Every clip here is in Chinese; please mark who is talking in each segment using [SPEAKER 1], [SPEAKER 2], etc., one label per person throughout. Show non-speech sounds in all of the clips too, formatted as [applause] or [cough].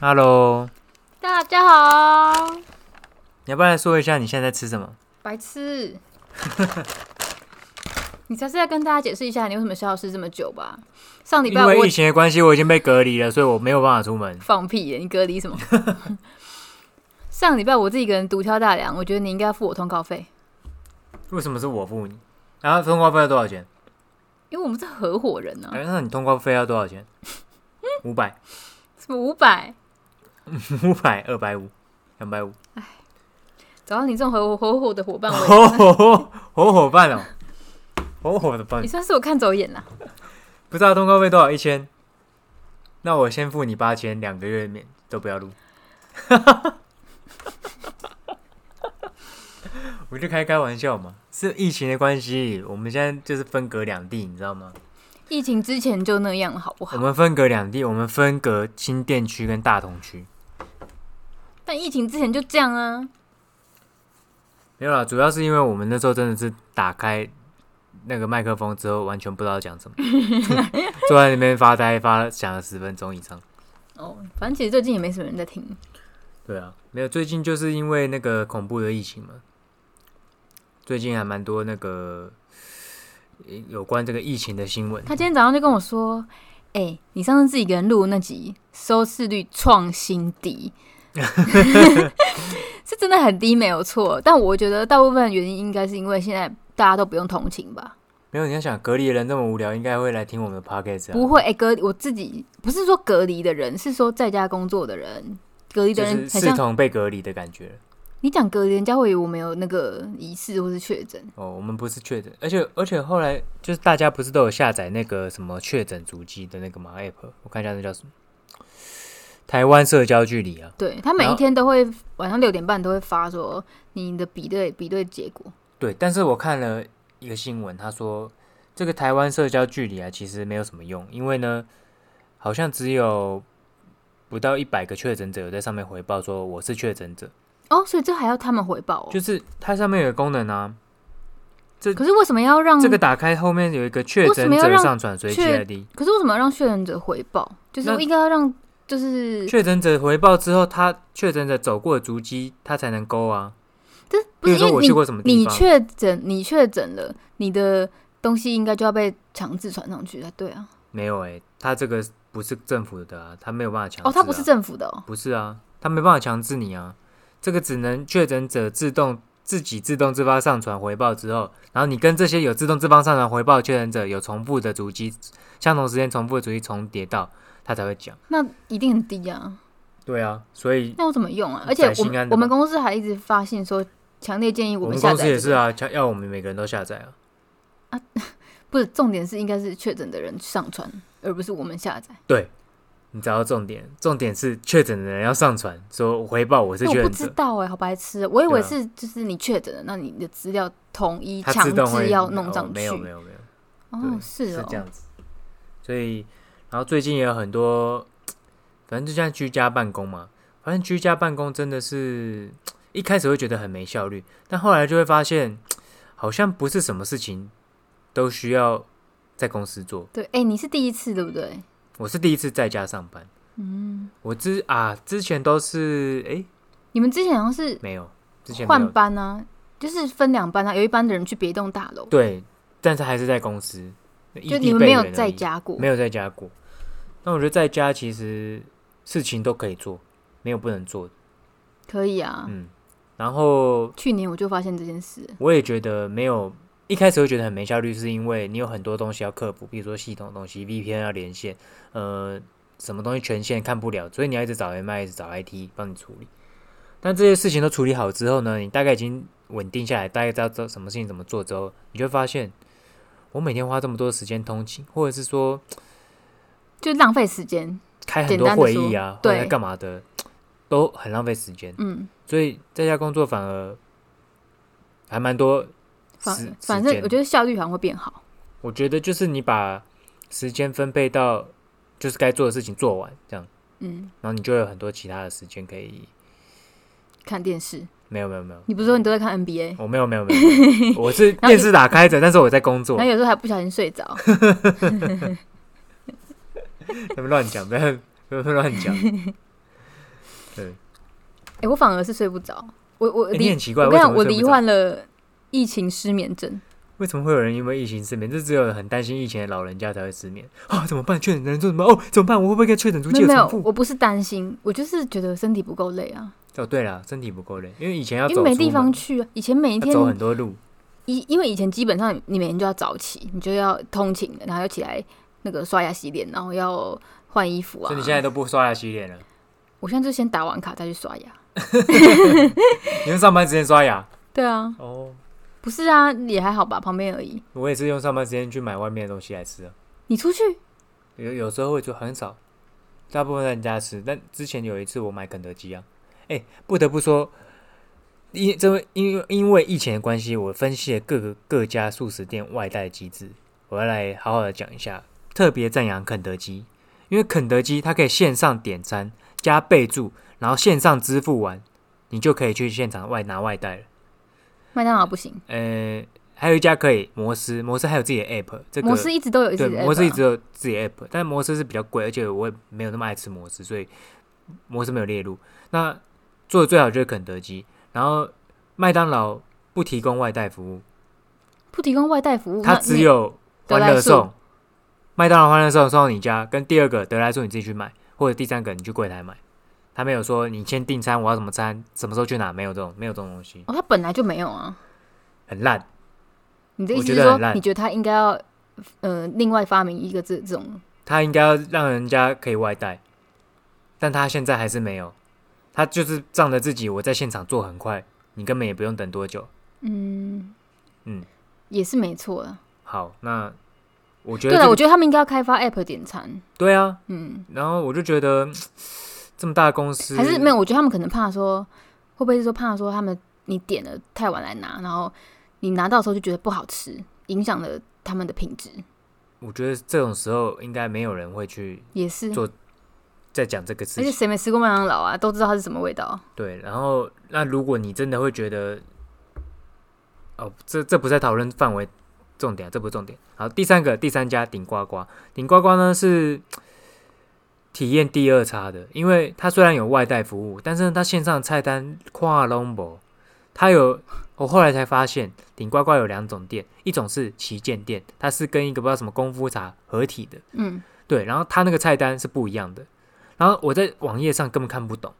[SPEAKER 1] Hello，
[SPEAKER 2] 大家好，
[SPEAKER 1] 你要不要来说一下你现在在吃什么？
[SPEAKER 2] 白痴！ [laughs] 你才是在跟大家解释一下你为什么消失这么久吧？上礼
[SPEAKER 1] 因
[SPEAKER 2] 拜我
[SPEAKER 1] 为疫情的关系，我已经被隔离了，所以我没有办法出门。
[SPEAKER 2] 放屁耶，你隔离什么？ [laughs] 上礼拜我自己一个人独挑大梁，我觉得你应该付我通告费，
[SPEAKER 1] 为什么是我付你？然后通话费要多少钱？
[SPEAKER 2] 因为我们是合伙人呢、啊，
[SPEAKER 1] 哎，那你通话费要多少钱？五百、
[SPEAKER 2] 什么五百？
[SPEAKER 1] 五百、二百五、两百五。
[SPEAKER 2] 找到你这种合伙合伙的伙
[SPEAKER 1] [laughs]
[SPEAKER 2] 伴，我
[SPEAKER 1] 吼吼吼吼伙伴哦，吼吼的伴
[SPEAKER 2] 也，算是我看走眼啦。
[SPEAKER 1] 不知道通告费多少？一千。那我先付你八千，两个月免都不要录。 [laughs] 我就开开玩笑嘛，是疫情的关系，我们现在就是分隔两地，你知道吗？
[SPEAKER 2] 疫情之前就那样了，好不
[SPEAKER 1] 我
[SPEAKER 2] 好？
[SPEAKER 1] 们分隔两地，我们分隔新店区跟大同区。
[SPEAKER 2] 但疫情之前就这样啊，
[SPEAKER 1] 没有啦，主要是因为我们那时候真的是打开那个麦克风之后，完全不知道讲什么，坐在那边发呆发想了十分钟以上。
[SPEAKER 2] 哦，反正其实最近也没什么人在听。
[SPEAKER 1] 对啊，没有，最近就是因为那个恐怖的疫情嘛，最近还蛮多那个呃有关这个疫情的新闻。
[SPEAKER 2] 他今天早上就跟我说：“哎、你上次自己一个人录那集收视率创新
[SPEAKER 1] [laughs]
[SPEAKER 2] 低，是真的很低，没有错。但我觉得大部分原因应该是因为现在大家都不用同情吧？
[SPEAKER 1] 没有，你要想隔离的人这么无聊，应该会来听我们的 podcast 啊。
[SPEAKER 2] 不会，哎、隔我自己不是说隔离的人，是说在家工作的人。隔离
[SPEAKER 1] 就
[SPEAKER 2] 的人
[SPEAKER 1] 是
[SPEAKER 2] 很
[SPEAKER 1] 视
[SPEAKER 2] 像
[SPEAKER 1] 同被隔离的感觉。
[SPEAKER 2] 你讲隔离，人家会以为我们有那个疑似或是确诊。
[SPEAKER 1] 哦，我们不是确诊，而且而且后来就是大家不是都有下载那个什么确诊足迹的那个嘛 app，我看一下那叫什么，台湾社交距离啊，
[SPEAKER 2] 对他每
[SPEAKER 1] 然
[SPEAKER 2] 一
[SPEAKER 1] 后
[SPEAKER 2] 天都会晚上六点半都会发说你的比对比对结果。
[SPEAKER 1] 对，但是我看了一个新闻，他说这个台湾社交距离啊其实没有什么用，因为呢好像只有不到一百个确诊者有在上面回报说我是确诊者，
[SPEAKER 2] 哦，所以这还要他们回报哦。
[SPEAKER 1] 就是它上面有个功能啊，
[SPEAKER 2] 可是为什么要让
[SPEAKER 1] 这个打开后面有一个确
[SPEAKER 2] 嗯为什
[SPEAKER 1] 诊
[SPEAKER 2] 么要
[SPEAKER 1] 者
[SPEAKER 2] 让
[SPEAKER 1] 上传随机
[SPEAKER 2] 确
[SPEAKER 1] ID。
[SPEAKER 2] 可是为什么要让确诊者回报？就是
[SPEAKER 1] 那
[SPEAKER 2] 应该要让，就是
[SPEAKER 1] 确诊者回报之后，他确诊者走过的足迹，他才能勾啊。
[SPEAKER 2] 这不
[SPEAKER 1] 比
[SPEAKER 2] 是
[SPEAKER 1] 如
[SPEAKER 2] 因
[SPEAKER 1] 说我
[SPEAKER 2] 为
[SPEAKER 1] 去过什么
[SPEAKER 2] 你
[SPEAKER 1] 地
[SPEAKER 2] 你
[SPEAKER 1] 方，
[SPEAKER 2] 确诊你确诊了，你的东西应该就要被强制传上去才对啊。
[SPEAKER 1] 没有哎、他这个不是政府的啊，他没有办法强制、啊。
[SPEAKER 2] 哦，它不是，政府的哦。
[SPEAKER 1] 不是啊，他没办法强制你啊。这个只能确诊者自动自己自动自发上传回报之后，然后你跟这些有自动自发上传回报的确诊者有重复的足迹，相同时间重复的足迹重叠到，他才会讲。
[SPEAKER 2] 那一定很低啊，
[SPEAKER 1] 对啊，所以
[SPEAKER 2] 那我怎么用啊？而且
[SPEAKER 1] 载
[SPEAKER 2] 我
[SPEAKER 1] 嗯心安
[SPEAKER 2] 们
[SPEAKER 1] 的
[SPEAKER 2] 我们
[SPEAKER 1] 吧
[SPEAKER 2] 公司还一直发信说，强烈建议
[SPEAKER 1] 我
[SPEAKER 2] 们
[SPEAKER 1] 们
[SPEAKER 2] 下
[SPEAKER 1] 公司
[SPEAKER 2] 载、
[SPEAKER 1] 也是，啊，要要我们每个人都下载啊。
[SPEAKER 2] 不是重点是应该是确诊的人上传，而不是我们下载。
[SPEAKER 1] 你找到重点，重点是确诊的人要上传说回报我是
[SPEAKER 2] 那
[SPEAKER 1] 确
[SPEAKER 2] 我不
[SPEAKER 1] 诊
[SPEAKER 2] 知
[SPEAKER 1] 者，
[SPEAKER 2] 道哎、好白痴哦、我以为
[SPEAKER 1] 对啊
[SPEAKER 2] 是就是你确诊了，那你的资料统一
[SPEAKER 1] 他
[SPEAKER 2] 强
[SPEAKER 1] 自动
[SPEAKER 2] 制
[SPEAKER 1] 会
[SPEAKER 2] 要弄上
[SPEAKER 1] 哦
[SPEAKER 2] 去。
[SPEAKER 1] 没有没有没有，
[SPEAKER 2] 哦
[SPEAKER 1] 对，
[SPEAKER 2] 是
[SPEAKER 1] 是
[SPEAKER 2] 哦，
[SPEAKER 1] 这样子。所以，然后最近也有很多，反正就像居家办公嘛，反正居家办公真的是一开始会觉得很没效率，但后来就会发现，好像不是什么事情都需要在公司做。
[SPEAKER 2] 对，哎、你是第一次对不对？
[SPEAKER 1] 我是第一次在家上班，
[SPEAKER 2] 嗯，
[SPEAKER 1] 我之啊之前都是诶，
[SPEAKER 2] 你们之前好像是
[SPEAKER 1] 没有，之前没有
[SPEAKER 2] 换班啊，就是分两班啊，有一班的人去别栋大楼，
[SPEAKER 1] 对，但是还是在公司，异
[SPEAKER 2] 就
[SPEAKER 1] 地
[SPEAKER 2] 你们
[SPEAKER 1] 备
[SPEAKER 2] 没有
[SPEAKER 1] 援而
[SPEAKER 2] 在
[SPEAKER 1] 已，
[SPEAKER 2] 家过
[SPEAKER 1] 没。有在家过。那我觉得在家其实事情都可以做，没有不能做的。
[SPEAKER 2] 可以啊，
[SPEAKER 1] 嗯，然后
[SPEAKER 2] 去年我就发现这件事，
[SPEAKER 1] 我也觉得没有一开始会觉得很没效率，是因为你有很多东西要克服，比如说系统的东西、VPN 要连线，呃，什么东西权限看不了，所以你要一直找 MI，一直找 IT 帮你处理。但这些事情都处理好之后呢，你大概已经稳定下来，大概知道做什么事情怎么做之后，你就会发现，我每天花这么多时间通勤，或者是说
[SPEAKER 2] 就浪费时间。
[SPEAKER 1] 开很多会议啊，
[SPEAKER 2] 简单地说
[SPEAKER 1] 或者干嘛的，都很浪费时间。
[SPEAKER 2] 嗯，
[SPEAKER 1] 所以在家工作反而还蛮多
[SPEAKER 2] 反
[SPEAKER 1] 时
[SPEAKER 2] 反
[SPEAKER 1] 时
[SPEAKER 2] 正
[SPEAKER 1] 间
[SPEAKER 2] 我觉得效率好像会变好。
[SPEAKER 1] 我觉得就是你把时间分配到就是该做的事情做完，这样，
[SPEAKER 2] 嗯，
[SPEAKER 1] 然后你就会有很多其他的时间可以。
[SPEAKER 2] 看电视，
[SPEAKER 1] 没有没有没有，
[SPEAKER 2] 你不是说你都在看 NBA，
[SPEAKER 1] 我没有没有没有没
[SPEAKER 2] [laughs]
[SPEAKER 1] 有，我是
[SPEAKER 2] 然后
[SPEAKER 1] 电视打开着，但是我在工作
[SPEAKER 2] 然后。有时候还不小心
[SPEAKER 1] [laughs]
[SPEAKER 2] 睡着。
[SPEAKER 1] 不要乱讲，不要不要乱讲。对，
[SPEAKER 2] 哎、我反而是睡不着，我 [laughs] 我
[SPEAKER 1] 欸你
[SPEAKER 2] 罹，
[SPEAKER 1] 很奇怪，
[SPEAKER 2] 我
[SPEAKER 1] 为
[SPEAKER 2] 跟你
[SPEAKER 1] 什
[SPEAKER 2] 讲，
[SPEAKER 1] 么会
[SPEAKER 2] 我
[SPEAKER 1] 睡
[SPEAKER 2] 罹
[SPEAKER 1] 不着？
[SPEAKER 2] 患了疫情失眠症。
[SPEAKER 1] 为什么会有人因为疫情失眠？这只有很担心疫情的老人家才会失眠啊！怎么办？确诊人数怎么办？哦，怎么办？我会不会跟确诊足
[SPEAKER 2] 没
[SPEAKER 1] 迹有
[SPEAKER 2] 有没有
[SPEAKER 1] 重，复？
[SPEAKER 2] 我不是担心，我就是觉得身体不够累啊，
[SPEAKER 1] 哦，对了，身体不够累，因为以前要
[SPEAKER 2] 因为
[SPEAKER 1] 走
[SPEAKER 2] 没地
[SPEAKER 1] 出门
[SPEAKER 2] 方去啊。以前每一
[SPEAKER 1] 要
[SPEAKER 2] 天
[SPEAKER 1] 走很多路，
[SPEAKER 2] 一，因为以前基本上你每天就要早起，你就要通勤了，然后要起来那个刷牙洗脸，然后要换衣服啊。
[SPEAKER 1] 所以你现在都不刷牙洗脸了，
[SPEAKER 2] 我现在就先打完卡再去刷牙。
[SPEAKER 1] 你用上班时间刷牙
[SPEAKER 2] 对啊，
[SPEAKER 1] 哦。
[SPEAKER 2] 不是啊，也还好吧，旁边而已。
[SPEAKER 1] 我也是用上班时间去买外面的东西来吃啊，
[SPEAKER 2] 你出去
[SPEAKER 1] 有有时候会做很少，大部分在家吃。但之前有一次我买肯德基啊，哎、不得不说，因这位因为因为疫情的关系，我分析了各个各家素食店外带机制，我要来好好的讲一下，特别赞扬肯德基，因为肯德基它可以线上点餐加备注，然后线上支付完，你就可以去现场外拿外带了。
[SPEAKER 2] 麦当劳不行，
[SPEAKER 1] 呃，还有一家可以摩斯，摩斯还有自己的 app，这个
[SPEAKER 2] 摩斯一直都有一直
[SPEAKER 1] 对，摩斯
[SPEAKER 2] 一
[SPEAKER 1] 一直有自己的 app，但摩斯是比较贵，而且我也没有那么爱吃摩斯，所以摩斯没有列入。那做的最好就是肯德基，然后麦当劳不提供外带服务，
[SPEAKER 2] 啊不提供外带服务，
[SPEAKER 1] 它
[SPEAKER 2] 嗯那
[SPEAKER 1] 只
[SPEAKER 2] 你
[SPEAKER 1] 有
[SPEAKER 2] 德
[SPEAKER 1] 欢
[SPEAKER 2] 莱
[SPEAKER 1] 乐
[SPEAKER 2] 素
[SPEAKER 1] 送，麦当劳欢乐送送到你家，跟第二个德莱素你自己去买，或者第三个你去柜台买。他没有说你先订餐，我要什么餐，什么时候去哪，没有这种没有这种东西，
[SPEAKER 2] 哦，他本来就没有啊。
[SPEAKER 1] 很烂。
[SPEAKER 2] 你的意
[SPEAKER 1] 我
[SPEAKER 2] 思
[SPEAKER 1] 觉
[SPEAKER 2] 是
[SPEAKER 1] 得
[SPEAKER 2] 说
[SPEAKER 1] 很，烂
[SPEAKER 2] 你觉得他应该要呃另外发明一个这这种
[SPEAKER 1] 他应该要让人家可以外带，但他现在还是没有，他就是仗着自己我在现场做很快，你根本也不用等多久。
[SPEAKER 2] 嗯
[SPEAKER 1] 嗯
[SPEAKER 2] 也是没错啦。
[SPEAKER 1] 好，那我觉
[SPEAKER 2] 对
[SPEAKER 1] 得这
[SPEAKER 2] 了，
[SPEAKER 1] 个
[SPEAKER 2] 我觉得他们应该要开发 App 点餐，
[SPEAKER 1] 对啊，
[SPEAKER 2] 嗯，
[SPEAKER 1] 然后我就觉得嗯这么大的公司
[SPEAKER 2] 还是没有？我觉得他们可能怕说，会不会是说怕说他们你点了太晚来拿，然后你拿到的时候就觉得不好吃，影响了他们的品质，
[SPEAKER 1] 我觉得这种时候应该没有人会去
[SPEAKER 2] 也是。
[SPEAKER 1] 做再讲这个事
[SPEAKER 2] 而且
[SPEAKER 1] 情。
[SPEAKER 2] 谁没吃过麦当劳啊，都知道它是什么味道。
[SPEAKER 1] 对，然后那如果你真的会觉得，哦，这这不在讨论范围重点，这不是重点。好，第三个第三家顶呱呱，顶呱呱呢是体验第二差的，因为它虽然有外带服务，但是呢，它线上菜单跨 l o m b o 它有我后来才发现，顶呱呱有两种店，一种是旗舰店，它是跟一个不知道什么功夫茶合体的，
[SPEAKER 2] 嗯，
[SPEAKER 1] 对，然后它那个菜单是不一样的，然后我在网页上根本看不懂。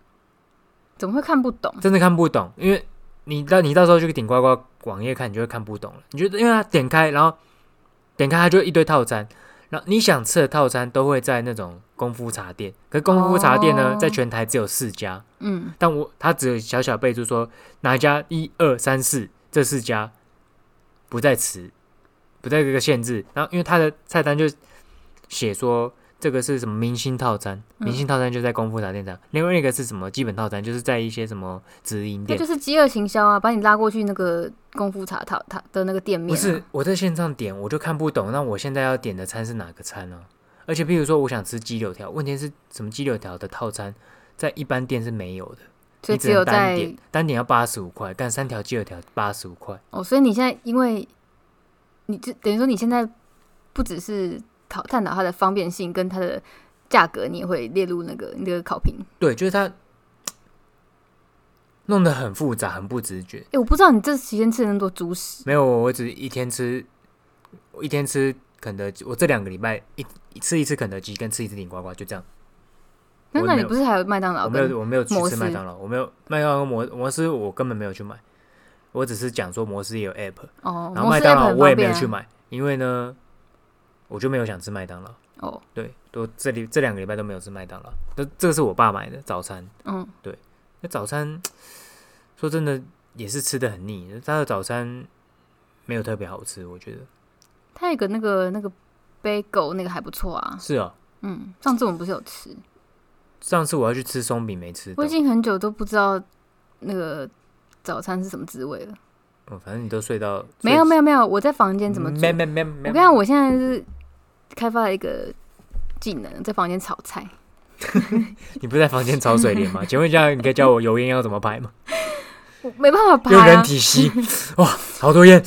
[SPEAKER 2] 怎么会看不懂？
[SPEAKER 1] 真的看不懂，因为你到你到时候去顶呱呱网页看，你就会看不懂了。你觉得，因为它点开，然后点开它就一堆套餐，然后你想吃的套餐都会在那种功夫茶店，可是功夫茶店呢，
[SPEAKER 2] 哦
[SPEAKER 1] 在全台只有四家，
[SPEAKER 2] 嗯，
[SPEAKER 1] 但我它只有小小备注说哪一家一二三四这四家不在此，不在这个限制。然后因为它的菜单就写说这个是什么明星套餐，
[SPEAKER 2] 嗯
[SPEAKER 1] 明星套餐就在功夫茶店上，另外一个是什么基本套餐，就是在一些什么直营
[SPEAKER 2] 那
[SPEAKER 1] 店
[SPEAKER 2] 就。是饥饿行销啊，把你拉过去那个功夫茶塔塔的那个店面、
[SPEAKER 1] 不
[SPEAKER 2] 啊
[SPEAKER 1] 是，我在线上点，我就看不懂。那我现在要点的餐是哪个餐呢、而且，譬如说，我想吃鸡柳条，问题是什么鸡柳条的套餐在一般店是没有的，
[SPEAKER 2] 所
[SPEAKER 1] 你
[SPEAKER 2] 以只有
[SPEAKER 1] 能单
[SPEAKER 2] 在
[SPEAKER 1] 点，单点要八十五块，干三条鸡柳条八十五块。
[SPEAKER 2] 哦，所以你现在因为你就等于说你现在不只是讨探讨它的方便性跟它的价格，你也会列入那个你的考评。
[SPEAKER 1] 对，就是它弄得很复杂，很不直觉。
[SPEAKER 2] 哎、我不知道你这期间吃了那么多猪食，
[SPEAKER 1] 没有，我只一天吃，我一天吃肯德基，我这两个礼拜一一吃一次肯德基，跟吃一次顶呱呱，就这样。
[SPEAKER 2] 那
[SPEAKER 1] 我
[SPEAKER 2] 那
[SPEAKER 1] 没
[SPEAKER 2] 你
[SPEAKER 1] 有
[SPEAKER 2] 不是还有麦当劳
[SPEAKER 1] 我没有
[SPEAKER 2] 跟？
[SPEAKER 1] 我没有去
[SPEAKER 2] 摩
[SPEAKER 1] 吃
[SPEAKER 2] 斯
[SPEAKER 1] 麦当劳，我没有麦当劳摩摩斯我根本没有去买，我只是讲说摩斯也有 app，
[SPEAKER 2] 哦，
[SPEAKER 1] 然后
[SPEAKER 2] 摩
[SPEAKER 1] 麦
[SPEAKER 2] 斯 app
[SPEAKER 1] 当劳
[SPEAKER 2] 很
[SPEAKER 1] 我也没
[SPEAKER 2] 方便
[SPEAKER 1] 有
[SPEAKER 2] 啊
[SPEAKER 1] 去买，因为呢我就没有想吃麦当劳，
[SPEAKER 2] 哦，
[SPEAKER 1] 对，都这里这两个礼拜都没有吃麦当劳，这这个是我爸买的早餐，
[SPEAKER 2] 嗯，
[SPEAKER 1] 那早餐说真的也是吃的很腻，他的早餐没有特别好吃，我觉得
[SPEAKER 2] 它有个那个那个 bagel 那个还不错啊。
[SPEAKER 1] 是哦。
[SPEAKER 2] 嗯，上次我们不是有吃，
[SPEAKER 1] 上次我要去吃松饼没吃到
[SPEAKER 2] 我已，经很久都不知道那个早餐是什么滋味了。
[SPEAKER 1] 哦反正你都睡到
[SPEAKER 2] 没有没有没有，我在房间怎么煮？
[SPEAKER 1] 没
[SPEAKER 2] 我
[SPEAKER 1] 没没没
[SPEAKER 2] 跟你讲，我现在是开发了一个技能，在房间炒菜。
[SPEAKER 1] 你不是在房间炒水莲吗？ [laughs] 请问一下，你可以教我油烟要怎么排吗？
[SPEAKER 2] 我没办法
[SPEAKER 1] 用
[SPEAKER 2] 拍
[SPEAKER 1] 人
[SPEAKER 2] 啊！
[SPEAKER 1] 体吸， [laughs] 哇，好多
[SPEAKER 2] [laughs]
[SPEAKER 1] 烟！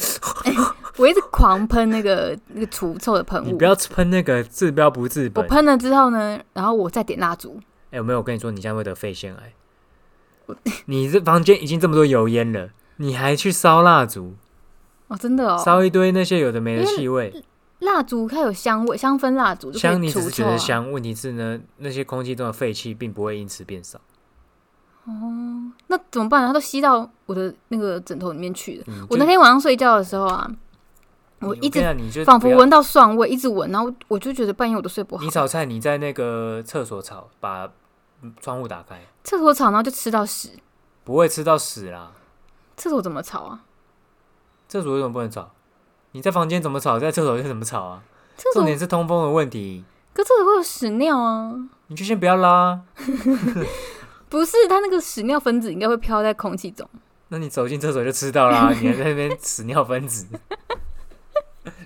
[SPEAKER 2] 我一直狂喷那个那个除臭的喷
[SPEAKER 1] 你
[SPEAKER 2] 雾
[SPEAKER 1] 不。要喷那个治标不治
[SPEAKER 2] 我
[SPEAKER 1] 本。哎、
[SPEAKER 2] 喷了之后呢，然后我再点蜡烛，
[SPEAKER 1] 哎有没有？我跟你说，你现在会得肺腺癌，你这房间已经这么多油烟了，你还去烧蜡烛，
[SPEAKER 2] 哦，真的哦，
[SPEAKER 1] 烧一堆那些有的没的
[SPEAKER 2] 因为
[SPEAKER 1] 气味，
[SPEAKER 2] 蜡烛它有香味，香氛蜡烛就可
[SPEAKER 1] 香
[SPEAKER 2] 以
[SPEAKER 1] 你只
[SPEAKER 2] 除
[SPEAKER 1] 是觉
[SPEAKER 2] 臭、
[SPEAKER 1] 得
[SPEAKER 2] 啊。
[SPEAKER 1] 香，问题是呢，那些空气中的废气并不会因此变少。
[SPEAKER 2] 哦，那怎么办呢？它都吸到我的那个枕头里面去了。
[SPEAKER 1] 嗯就
[SPEAKER 2] 我那天晚上睡觉的时候啊，我
[SPEAKER 1] 你
[SPEAKER 2] 一
[SPEAKER 1] 跟你
[SPEAKER 2] 直
[SPEAKER 1] 讲你就
[SPEAKER 2] 仿
[SPEAKER 1] 不
[SPEAKER 2] 佛
[SPEAKER 1] 要
[SPEAKER 2] 闻到蒜味，一直闻，然后我就觉得半夜我都睡不好
[SPEAKER 1] 你。炒菜，你在那个厕所炒，把嗯窗户打开，
[SPEAKER 2] 厕所吵，然后就吃到屎。
[SPEAKER 1] 不会吃到屎啦。
[SPEAKER 2] 厕所怎么吵啊？
[SPEAKER 1] 厕所为什么不能炒？你在房间怎么炒，在厕所就怎么炒啊？
[SPEAKER 2] 厕所
[SPEAKER 1] 重点是通风的问题，
[SPEAKER 2] 可厕所会有屎尿啊？
[SPEAKER 1] 你就先不要拉啊。
[SPEAKER 2] 不是，它那个屎尿分子应该会飘在空气中。
[SPEAKER 1] 那你走进厕所就吃到 [laughs] 啦，你还在那边屎尿分子， [laughs]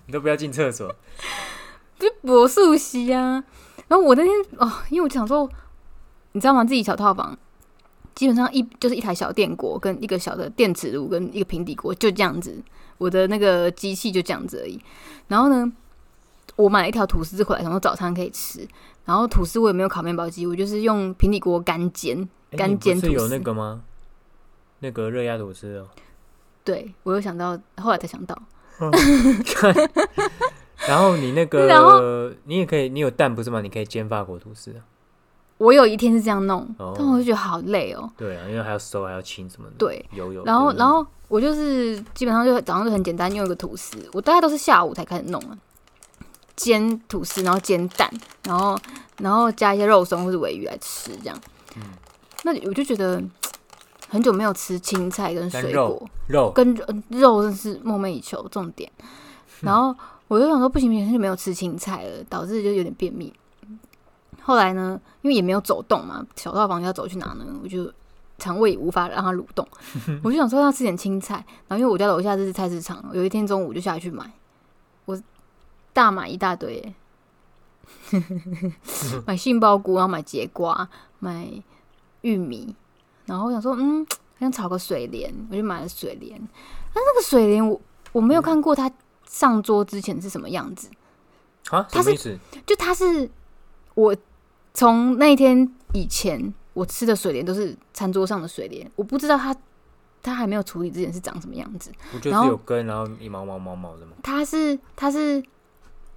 [SPEAKER 1] 你都不要进厕所。
[SPEAKER 2] 就柏树溪啊。然后我那天哦，因为我想说，你知道吗？自己小套房基本上一就是一台小电锅跟一个小的电磁炉跟一个平底锅，就这样子。我的那个机器就这样子而已。然后呢，我买了一条吐司回来，想说早餐可以吃。然后吐司我也没有烤面包机，我就是用平底锅干煎。
[SPEAKER 1] 诶
[SPEAKER 2] 干
[SPEAKER 1] 哎你不
[SPEAKER 2] 煎
[SPEAKER 1] 是
[SPEAKER 2] 吐
[SPEAKER 1] 有
[SPEAKER 2] 司
[SPEAKER 1] 那个吗？那个热压吐司 [laughs] 哦。
[SPEAKER 2] 对我又想到，后来才想到，
[SPEAKER 1] 然后你那
[SPEAKER 2] [laughs] 然
[SPEAKER 1] 个，你也可以，你有蛋不是吗？你可以煎法国吐司啊。
[SPEAKER 2] 我有一天是这样弄，
[SPEAKER 1] 哦
[SPEAKER 2] 但我就觉得好累哦。
[SPEAKER 1] 对啊，因为还要收，还要清什么的。，
[SPEAKER 2] 对，
[SPEAKER 1] 油油。
[SPEAKER 2] 然后，
[SPEAKER 1] 油
[SPEAKER 2] 然后我就是基本上就早上就很简单，用一个吐司，我大概都是下午才开始弄啊，煎吐司，然后煎蛋，然后然后加一些肉松或者尾鱼来吃这样。那我就觉得很久没有吃青菜跟
[SPEAKER 1] 跟
[SPEAKER 2] 水
[SPEAKER 1] 肉
[SPEAKER 2] 果，
[SPEAKER 1] 肉
[SPEAKER 2] 跟肉肉真是梦寐以求重点。然后我就想说不行不行，很久没有吃青菜了，导致就有点便秘。后来呢，因为也没有走动嘛，小套房要走去哪呢？我就肠胃无法让它蠕动，我就想说要吃点青菜。然后因为我家楼下这是菜市场，有一天中午就下去买，我大买一大堆耶、买杏鲍菇，然后买节瓜，买玉米，然后我想说，嗯，我想炒个水莲，我就买了水莲。但那个水莲我我没有看过它上桌之前是什么样子，
[SPEAKER 1] 啊，什
[SPEAKER 2] 它
[SPEAKER 1] 么
[SPEAKER 2] 是
[SPEAKER 1] 意思？
[SPEAKER 2] 就它是我从那天以前我吃的水莲都是餐桌上的水莲，我不知道它它还没有处理之前是长什么样子。
[SPEAKER 1] 不就
[SPEAKER 2] 然
[SPEAKER 1] 是
[SPEAKER 2] 后
[SPEAKER 1] 有根，然后一毛毛毛毛的吗？
[SPEAKER 2] 它是它是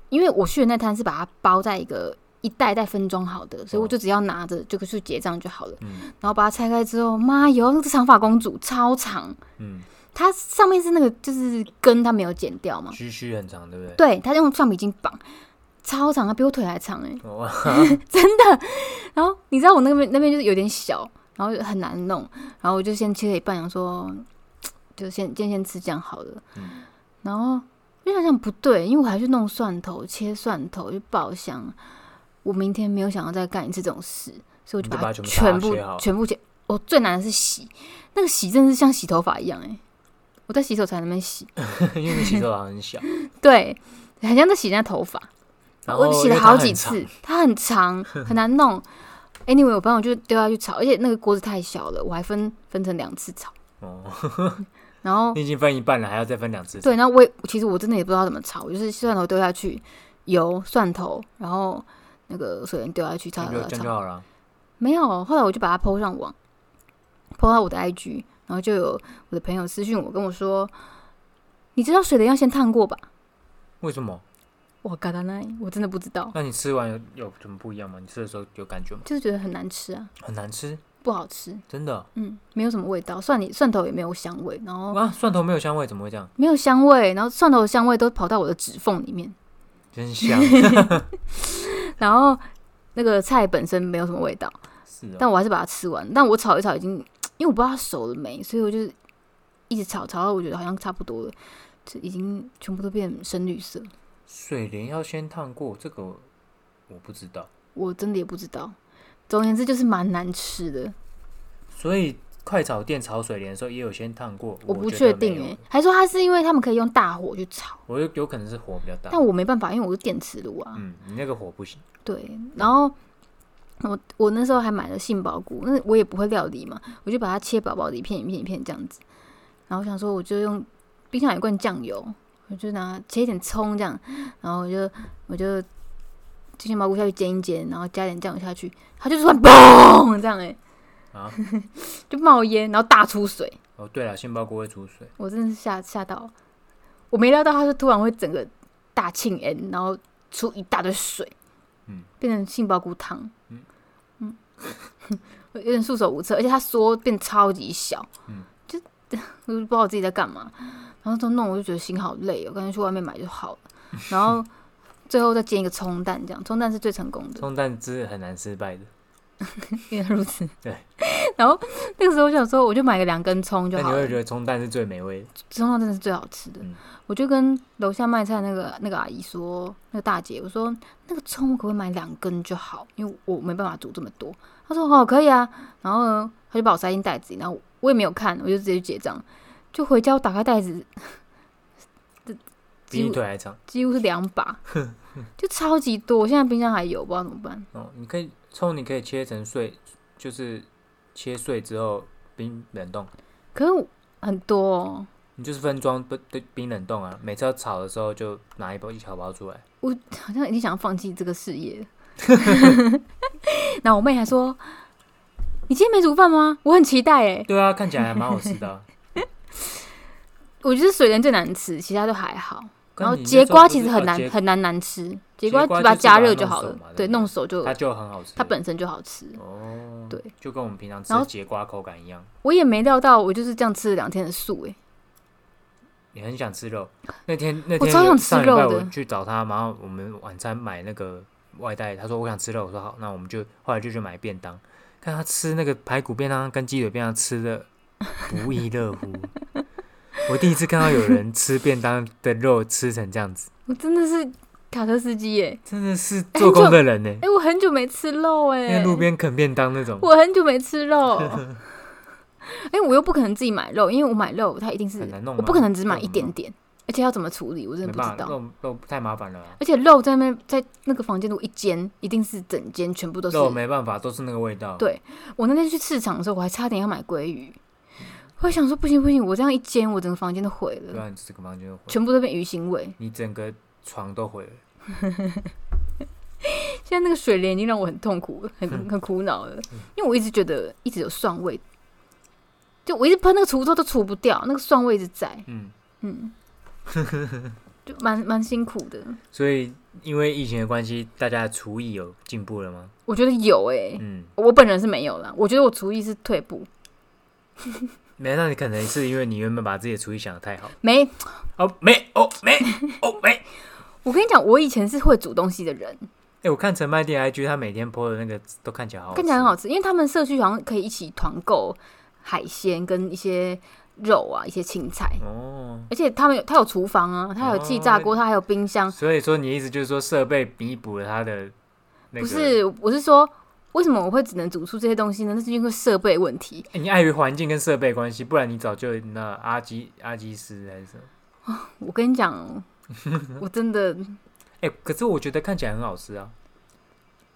[SPEAKER 2] 因为我去的那摊是把它包在一个一袋一袋分装好的，所以我
[SPEAKER 1] 哦
[SPEAKER 2] 就只要拿着这个去结账就好了。
[SPEAKER 1] 嗯
[SPEAKER 2] 然后把它拆开之后，妈哟，那个长发公主超长，
[SPEAKER 1] 嗯，
[SPEAKER 2] 它上面是那个就是根它没有剪掉嘛，
[SPEAKER 1] 须须很长，对不对？
[SPEAKER 2] 对他用橡皮筋绑，超长，他比我腿还长哎、
[SPEAKER 1] 哦 [laughs] 哇
[SPEAKER 2] 真的。然后你知道我那边那边就是有点小，然后就很难弄，然后我就先切了一半，想说嘖就先先先吃这样好了。
[SPEAKER 1] 嗯
[SPEAKER 2] 然后就想想不对，因为我还去弄蒜头，切蒜头去爆香。我明天没有想要再干一次这种事，所以我
[SPEAKER 1] 你
[SPEAKER 2] 就
[SPEAKER 1] 就
[SPEAKER 2] 把它
[SPEAKER 1] 把它
[SPEAKER 2] 全
[SPEAKER 1] 全部
[SPEAKER 2] 部
[SPEAKER 1] 大切好
[SPEAKER 2] 全部切。我最难的是洗，那个洗真的是像洗头发一样哎、我在洗手台那边洗，
[SPEAKER 1] 因为你洗手好像很小，
[SPEAKER 2] 对，很像在洗人家头发。
[SPEAKER 1] 然后
[SPEAKER 2] [laughs] 我
[SPEAKER 1] 哦
[SPEAKER 2] 洗
[SPEAKER 1] 因
[SPEAKER 2] 了
[SPEAKER 1] 为它
[SPEAKER 2] 好几
[SPEAKER 1] 很长
[SPEAKER 2] 次，，它
[SPEAKER 1] [laughs]
[SPEAKER 2] 很长，很难弄。Anyway，我帮我就丢下去炒，而且那个锅子太小了，我还分分成两次炒。
[SPEAKER 1] 哦，
[SPEAKER 2] 然后
[SPEAKER 1] 你已经分一半了，还要再分两次，
[SPEAKER 2] 对，，然后我也其实我真的也不知道怎么炒，我就是蒜头丢下去，油、蒜头，然后那个水莲丢下去
[SPEAKER 1] 这
[SPEAKER 2] 炒
[SPEAKER 1] 样就
[SPEAKER 2] 炒
[SPEAKER 1] 这样
[SPEAKER 2] 炒
[SPEAKER 1] 就。好了。
[SPEAKER 2] 没有，后来我就把它 PO 上网，PO 到我的 IG，然后就有我的朋友私讯我跟我说，你知道水莲要先烫过吧？
[SPEAKER 1] 为什么？
[SPEAKER 2] 我嘎达奈，我真的不知道，
[SPEAKER 1] 那你吃完有有什么不一样吗？你吃的时候有感觉吗？
[SPEAKER 2] 就是觉得很难吃啊，
[SPEAKER 1] 很难吃，
[SPEAKER 2] 不好吃。
[SPEAKER 1] 真的
[SPEAKER 2] 嗯，没有什么味道，蒜泥蒜头也没有香味，然后
[SPEAKER 1] 哇！啊蒜头没有香味，怎么会这样？
[SPEAKER 2] 没有香味，然后蒜头的香味都跑到我的指缝里面，
[SPEAKER 1] 真
[SPEAKER 2] [laughs]
[SPEAKER 1] 香，
[SPEAKER 2] 然后那个菜本身没有什么味道，
[SPEAKER 1] 是哦。
[SPEAKER 2] 但我还是把它吃完。但我炒一炒已经，因为我不知道它熟了没，所以我就一直炒，炒到我觉得好像差不多了，就已经全部都变深绿色。
[SPEAKER 1] 水莲要先烫过，这个我不知道，
[SPEAKER 2] 我真的也不知道，总而言之就是蛮难吃的，
[SPEAKER 1] 所以快炒店炒水莲的时候也有先烫过，
[SPEAKER 2] 我
[SPEAKER 1] 我
[SPEAKER 2] 不
[SPEAKER 1] 觉得
[SPEAKER 2] 确
[SPEAKER 1] 没
[SPEAKER 2] 定欸
[SPEAKER 1] 有
[SPEAKER 2] 诶、还说它是因为他们可以用大火去炒，
[SPEAKER 1] 我有有可能是火比较大，
[SPEAKER 2] 但我没办法，因为我是电磁炉啊。
[SPEAKER 1] 啊嗯，你那个火不行，
[SPEAKER 2] 对，然后我我那时候还买了杏鲍菇，那我也不会料理嘛，我就把它切薄薄的一片一片一片这样子。然后我想说，我就用冰箱有一罐酱油，我就拿切一点葱这样，然后我就我就这杏鲍菇下去煎一煎，然后加点酱油下去，它就突然嘣这样哎、
[SPEAKER 1] 啊，
[SPEAKER 2] [laughs] 就冒烟，然后大出水，
[SPEAKER 1] 哦，对了，杏鲍菇会出水，
[SPEAKER 2] 我真的是吓吓到，我没料到它是突然会整个大庆恩，然后出一大堆水，
[SPEAKER 1] 嗯，
[SPEAKER 2] 变成杏鲍菇汤，
[SPEAKER 1] 嗯
[SPEAKER 2] 嗯我 [laughs] 有点束手无策，而且它缩变超级小，
[SPEAKER 1] 嗯，
[SPEAKER 2] 就 [laughs] 我就不知道我自己在干嘛，然后都弄我就觉得心好累哦，我干脆去外面买就好了，
[SPEAKER 1] [laughs]
[SPEAKER 2] 然后最后再煎一个葱蛋，这样葱蛋是最成功的，
[SPEAKER 1] 葱蛋汁很难失败的。
[SPEAKER 2] 原来如此，
[SPEAKER 1] 对，
[SPEAKER 2] 然后那个时候我想说，我就买个两根葱就
[SPEAKER 1] 但你
[SPEAKER 2] 好了
[SPEAKER 1] 会，觉得葱蛋是最美味的，
[SPEAKER 2] 葱花真的是最好吃的。
[SPEAKER 1] 嗯
[SPEAKER 2] 我就跟楼下卖菜那个那个阿姨说，那个大姐，我说那个葱我可不可以买两根就好，因为我没办法煮这么多。她说哦可以啊，然后呢，她就把我塞进袋子里，然后我也没有看，我就直接去结账，就回家我打开袋子， [laughs] 这
[SPEAKER 1] 比
[SPEAKER 2] 几
[SPEAKER 1] 你
[SPEAKER 2] 乎
[SPEAKER 1] 腿还长。
[SPEAKER 2] 几乎是两把，就超级多。我现在冰箱还有，不知道怎么办。
[SPEAKER 1] 哦，你可以葱，你可以切成碎，就是切碎之后冰冷冻，
[SPEAKER 2] 可是我很多、哦，
[SPEAKER 1] 你就是分装不对冰冷冻啊。每次要炒的时候就拿一包一小包出来。
[SPEAKER 2] 好像已经想要放弃这个事业 [laughs] 了。然后我妹还说：“你今天没煮饭吗？我很期待哎。
[SPEAKER 1] [laughs] 对啊，看起来还蛮好吃的 [laughs] 啊、”
[SPEAKER 2] 我觉得水莲最难吃，其他都还好。
[SPEAKER 1] 跟
[SPEAKER 2] 然后
[SPEAKER 1] 你那
[SPEAKER 2] 节
[SPEAKER 1] 时候
[SPEAKER 2] 瓜
[SPEAKER 1] 不
[SPEAKER 2] 其
[SPEAKER 1] 是
[SPEAKER 2] 实很
[SPEAKER 1] 哦
[SPEAKER 2] 难
[SPEAKER 1] 节
[SPEAKER 2] 很难难吃，
[SPEAKER 1] 节
[SPEAKER 2] 节瓜
[SPEAKER 1] 瓜
[SPEAKER 2] 把它
[SPEAKER 1] 就是把
[SPEAKER 2] 加
[SPEAKER 1] 它
[SPEAKER 2] 热就
[SPEAKER 1] 弄
[SPEAKER 2] 好
[SPEAKER 1] 熟
[SPEAKER 2] 了
[SPEAKER 1] 嘛，
[SPEAKER 2] 对，
[SPEAKER 1] 对不
[SPEAKER 2] 弄
[SPEAKER 1] 对
[SPEAKER 2] 熟就
[SPEAKER 1] 它就很好吃。
[SPEAKER 2] 它本身就好吃。
[SPEAKER 1] 哦，
[SPEAKER 2] 对，
[SPEAKER 1] 就跟我们平常吃
[SPEAKER 2] 然后
[SPEAKER 1] 节瓜口感一样。
[SPEAKER 2] 我也没料到，我就是这样吃了两天的素哎，
[SPEAKER 1] 你很想吃肉，那天那
[SPEAKER 2] 我
[SPEAKER 1] 天
[SPEAKER 2] 超
[SPEAKER 1] 有
[SPEAKER 2] 想吃
[SPEAKER 1] 上礼拜
[SPEAKER 2] 肉
[SPEAKER 1] 我
[SPEAKER 2] 的
[SPEAKER 1] 去找他，然后我们晚餐买那个外带，他说我想吃肉，我说好，那我们就后来就去买便当，看他吃那个排骨便当跟鸡腿便当吃的不亦乐 [laughs] 乎。我第一次看到有人吃便当的肉吃成这样子，
[SPEAKER 2] 我真的是卡车司机哎，
[SPEAKER 1] 真的是
[SPEAKER 2] 哎
[SPEAKER 1] 做
[SPEAKER 2] 你
[SPEAKER 1] 工
[SPEAKER 2] 就
[SPEAKER 1] 的人呢、
[SPEAKER 2] 哎，我很久没吃肉
[SPEAKER 1] 那
[SPEAKER 2] 哎
[SPEAKER 1] 个，路边啃便当那种，
[SPEAKER 2] 我很久没吃肉。 [laughs] 哎、我又不可能自己买肉，因为我买肉它一定是
[SPEAKER 1] 很难弄啊
[SPEAKER 2] 我不可能只买
[SPEAKER 1] 肉
[SPEAKER 2] 一
[SPEAKER 1] 很
[SPEAKER 2] 点
[SPEAKER 1] 忙
[SPEAKER 2] 点，而且要怎么处理我真
[SPEAKER 1] 没
[SPEAKER 2] 的不知
[SPEAKER 1] 办法，
[SPEAKER 2] 道。
[SPEAKER 1] 肉肉太麻烦了啊、
[SPEAKER 2] 而且肉在那边在那个房间如果一煎，一定是整间全部都是。
[SPEAKER 1] 肉没办法，都是那个味道。
[SPEAKER 2] 对我那天去市场的时候，我还差点要买鲑鱼，我还想说不行不行，我这样一煎，我整个房间都毁
[SPEAKER 1] 对
[SPEAKER 2] 了，
[SPEAKER 1] 啊，你这个房间就毁了，
[SPEAKER 2] 全部都变鱼腥味。
[SPEAKER 1] 你整个床都毁了。
[SPEAKER 2] 现在那个水莲已经让我很痛苦了，
[SPEAKER 1] [laughs]
[SPEAKER 2] 很很苦恼了，
[SPEAKER 1] 嗯
[SPEAKER 2] 因为我一直觉得一直有蒜味，就我一直喷那个除臭都除不掉，那个蒜味一直在。
[SPEAKER 1] 嗯。 [laughs]
[SPEAKER 2] 嗯，就蛮蛮辛苦的。
[SPEAKER 1] 所以因为疫情的关系，大家的厨艺有进步了吗？
[SPEAKER 2] 我觉得有欸诶、
[SPEAKER 1] 嗯，
[SPEAKER 2] 我本人是没有啦。我觉得我厨艺是退步，
[SPEAKER 1] 没，那你可能是因为你原本把自己的厨艺想的太好。
[SPEAKER 2] 没。
[SPEAKER 1] 哦，没，哦，没，哦，没。 [laughs]
[SPEAKER 2] 我跟你讲，我以前是会煮东西的人，
[SPEAKER 1] 哎、我看陈麦店 IG，他每天 po 的那个都看起来好好吃，
[SPEAKER 2] 看起来很好吃，因为他们社区好像可以一起团购海鲜跟一些肉啊，一些青菜，
[SPEAKER 1] 哦。
[SPEAKER 2] 而且他们有他有厨房啊，他有气炸锅，他还有冰箱。
[SPEAKER 1] 所以说，你意思就是说设备弥补了他的那个？
[SPEAKER 2] 不，是，我是说，为什么我会只能煮出这些东西呢？那是因为设备问题。
[SPEAKER 1] 欸你碍于环境跟设备关系，不然你早就那阿基阿基斯还是什么？
[SPEAKER 2] 我跟你
[SPEAKER 1] [laughs]
[SPEAKER 2] 讲，我真的，
[SPEAKER 1] 哎、可是我觉得看起来很好吃啊。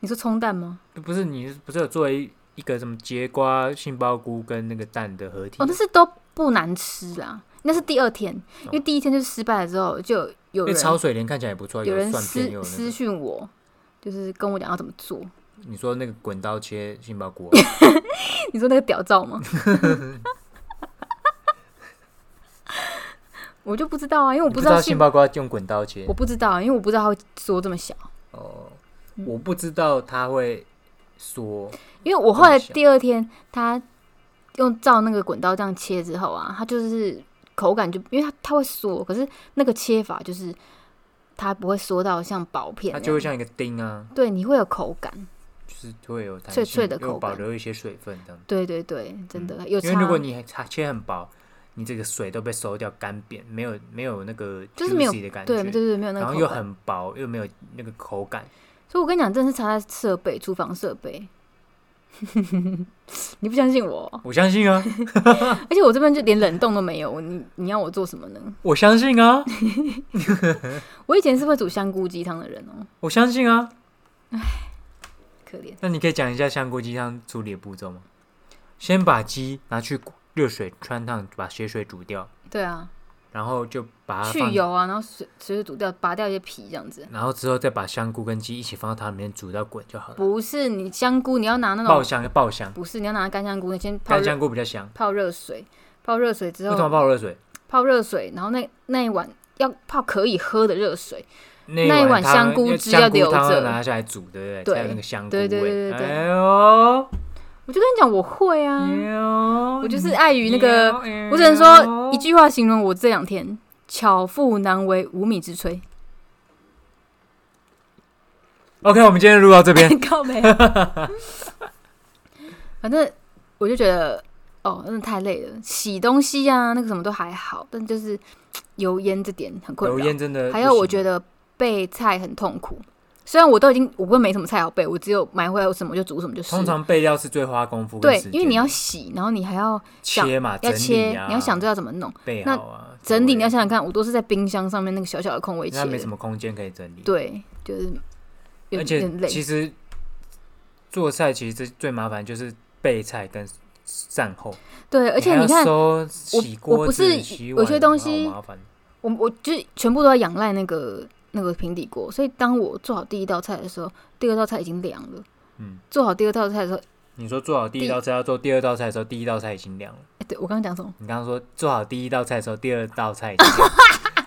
[SPEAKER 2] 你说冲蛋吗？
[SPEAKER 1] 不是你不是有做一一个什么节瓜、杏鲍菇跟那个蛋的合体？
[SPEAKER 2] 哦，但是都不难吃啦。那是第二天，因为第一天就是失败了之后，就有
[SPEAKER 1] 哦因为潮
[SPEAKER 2] 人
[SPEAKER 1] 水莲看起来也不错，
[SPEAKER 2] 有人
[SPEAKER 1] 蒜片，
[SPEAKER 2] 私
[SPEAKER 1] 有那
[SPEAKER 2] 私
[SPEAKER 1] 个。
[SPEAKER 2] 讯我，就是跟我讲要怎么做。 [laughs]
[SPEAKER 1] 你说那个滚刀切杏鲍菇啊，
[SPEAKER 2] 你说那个屌照吗？ [laughs] 我就不知道啊， [laughs] 因为我
[SPEAKER 1] 你
[SPEAKER 2] 不
[SPEAKER 1] 不
[SPEAKER 2] 知道
[SPEAKER 1] 杏
[SPEAKER 2] 信，
[SPEAKER 1] 鲍菇要用滚刀切
[SPEAKER 2] 我不知道啊，因为我不知道它会缩这么小。
[SPEAKER 1] 哦，
[SPEAKER 2] 嗯
[SPEAKER 1] 我不知道它会缩，
[SPEAKER 2] 因为我后来
[SPEAKER 1] 这么小
[SPEAKER 2] 第二天，他用照那个滚刀这样切之后啊，它就是口感就因为它它会缩，可是那个切法就是它不会缩到像薄片
[SPEAKER 1] 它
[SPEAKER 2] 那样，
[SPEAKER 1] 就会像一个钉啊，
[SPEAKER 2] 对你会有口感。
[SPEAKER 1] 就是会有弹性
[SPEAKER 2] 脆脆的口感
[SPEAKER 1] 又保留一些水分这样。
[SPEAKER 2] 对对对，真的、有差。
[SPEAKER 1] 嗯因为如果你还切很薄，你这个水都被收掉，干扁，没有没有那个
[SPEAKER 2] 就是没有
[SPEAKER 1] juicy 的感觉，
[SPEAKER 2] 对对对，没有那
[SPEAKER 1] 然后
[SPEAKER 2] 个口
[SPEAKER 1] 又
[SPEAKER 2] 感。
[SPEAKER 1] 很薄，又没有那个口感。
[SPEAKER 2] 所以我跟你讲，真的是差在设备，厨房设备。 [laughs] 你不相信我？哦
[SPEAKER 1] 我相信啊，
[SPEAKER 2] 而且我这边就连冷冻都没有，你你要我做什么呢？
[SPEAKER 1] 我相信啊，
[SPEAKER 2] 我以前是会煮香菇鸡汤的人哦、
[SPEAKER 1] 我相信啊。
[SPEAKER 2] 可怜。
[SPEAKER 1] 那你可以讲一下香锅鸡汤处理的步骤吗？先把鸡拿去热水穿烫，把血水煮掉，
[SPEAKER 2] 对啊，
[SPEAKER 1] 然后就把它
[SPEAKER 2] 去
[SPEAKER 1] 放，
[SPEAKER 2] 油啊，然后水水水煮掉，拔掉一些皮这样子。
[SPEAKER 1] 然后之后再把香菇跟鸡一起放到汤里面煮到滚就好了。
[SPEAKER 2] 不是你香菇，你要拿那
[SPEAKER 1] 爆
[SPEAKER 2] 种
[SPEAKER 1] 香爆香，
[SPEAKER 2] 不是你要拿干香菇，你先泡
[SPEAKER 1] 干
[SPEAKER 2] 热
[SPEAKER 1] 香菇比较香。
[SPEAKER 2] 泡热水，泡热水之
[SPEAKER 1] 为什么
[SPEAKER 2] 后
[SPEAKER 1] 爆热水？
[SPEAKER 2] 泡热水，然后那那一碗要泡可以喝的热水，
[SPEAKER 1] 那
[SPEAKER 2] 那一
[SPEAKER 1] 碗
[SPEAKER 2] 碗
[SPEAKER 1] 汤
[SPEAKER 2] 香菇
[SPEAKER 1] 因为
[SPEAKER 2] 汁
[SPEAKER 1] 香
[SPEAKER 2] 要
[SPEAKER 1] 菇
[SPEAKER 2] 留
[SPEAKER 1] 汤
[SPEAKER 2] 着
[SPEAKER 1] 拿下来煮，对不对？
[SPEAKER 2] 对
[SPEAKER 1] 才有那个香菇
[SPEAKER 2] 对
[SPEAKER 1] 味。
[SPEAKER 2] 对对对对
[SPEAKER 1] 哎呦，
[SPEAKER 2] 我就跟你讲我会啊，
[SPEAKER 1] 哎呦
[SPEAKER 2] 我就是碍于那个，，
[SPEAKER 1] 哎呦
[SPEAKER 2] 我只能说一句话形容我这两天：巧妇难为无米
[SPEAKER 1] [laughs]
[SPEAKER 2] 之炊。，
[SPEAKER 1] OK，我们今天录到这边
[SPEAKER 2] 告没？反正我就觉得，哦，真的太累了。洗东西啊，那个什么都还好，但就是油烟这点很 [laughs] 困
[SPEAKER 1] 油
[SPEAKER 2] 扰。
[SPEAKER 1] 烟真的不行。
[SPEAKER 2] 还有，我觉得备菜很痛苦。虽然我都已经，我不会没什么菜好备，我只有买回来我什么就煮什么就是。
[SPEAKER 1] 通常备料是最花功夫跟
[SPEAKER 2] 对
[SPEAKER 1] 时，间的，
[SPEAKER 2] 因为你要洗，然后你还要
[SPEAKER 1] 切嘛，
[SPEAKER 2] 要
[SPEAKER 1] 整
[SPEAKER 2] 切
[SPEAKER 1] 理啊，，
[SPEAKER 2] 你要想这要怎么弄。
[SPEAKER 1] 备好啊，
[SPEAKER 2] 整理你要
[SPEAKER 1] 稍
[SPEAKER 2] 想想看，我都是在冰箱上面那个小小的空位
[SPEAKER 1] 微
[SPEAKER 2] 切
[SPEAKER 1] 那没什
[SPEAKER 2] 的。
[SPEAKER 1] 么空间可以整理。，
[SPEAKER 2] 对，就是
[SPEAKER 1] 而
[SPEAKER 2] 有有点
[SPEAKER 1] 且
[SPEAKER 2] 累。
[SPEAKER 1] 其实做菜其实最最麻烦就是备菜跟善后，
[SPEAKER 2] 对，而且
[SPEAKER 1] 还
[SPEAKER 2] 你
[SPEAKER 1] 要
[SPEAKER 2] 看，
[SPEAKER 1] 收洗
[SPEAKER 2] 我
[SPEAKER 1] 锅
[SPEAKER 2] 不
[SPEAKER 1] 子
[SPEAKER 2] 是
[SPEAKER 1] 洗
[SPEAKER 2] 有
[SPEAKER 1] 碗
[SPEAKER 2] 些东西
[SPEAKER 1] 好麻烦。
[SPEAKER 2] 我我就是全部都要仰赖那个那个平底锅，所以当我做好第一道菜的时候，第二道菜已经凉了。
[SPEAKER 1] 嗯，
[SPEAKER 2] 做好第二道菜的时候，
[SPEAKER 1] 你说做好第一
[SPEAKER 2] 第
[SPEAKER 1] 道菜要做第二道菜的时候，第一道菜已经凉了。
[SPEAKER 2] 哎、对我刚刚讲什么？
[SPEAKER 1] 你刚刚说做好第一道菜的时候，第二道菜已经凉了，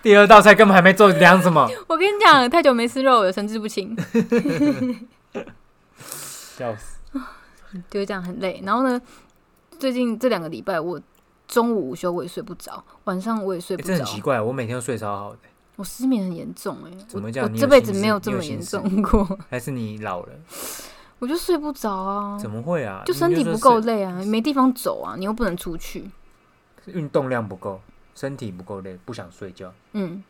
[SPEAKER 1] [laughs] 第二道菜根本还没做，凉什么？
[SPEAKER 2] 我跟你讲，太久没吃肉了，神志不清，
[SPEAKER 1] [laughs]
[SPEAKER 2] [laughs]
[SPEAKER 1] 笑死！
[SPEAKER 2] 啊就是这样很累。然后呢，最近这两个礼拜，我中午午休我也睡不着，晚上我也睡
[SPEAKER 1] 欸
[SPEAKER 2] 不
[SPEAKER 1] 这
[SPEAKER 2] 着
[SPEAKER 1] 很，奇怪，我每天都睡超好的，
[SPEAKER 2] 我失眠很严重哎、
[SPEAKER 1] 怎
[SPEAKER 2] 我
[SPEAKER 1] 么这样
[SPEAKER 2] 我
[SPEAKER 1] 你有
[SPEAKER 2] 这辈子
[SPEAKER 1] 心事
[SPEAKER 2] 没这
[SPEAKER 1] 你有
[SPEAKER 2] 么
[SPEAKER 1] 心
[SPEAKER 2] 严
[SPEAKER 1] 事
[SPEAKER 2] 重过，
[SPEAKER 1] 还是你老了？
[SPEAKER 2] 我就睡不着啊，
[SPEAKER 1] 怎么会啊？
[SPEAKER 2] 就
[SPEAKER 1] 你
[SPEAKER 2] 身体
[SPEAKER 1] 说
[SPEAKER 2] 不
[SPEAKER 1] 是
[SPEAKER 2] 够累啊，没地方走啊，你又不能出去，
[SPEAKER 1] 运动量不够，身体不够累，不想睡觉。
[SPEAKER 2] 嗯，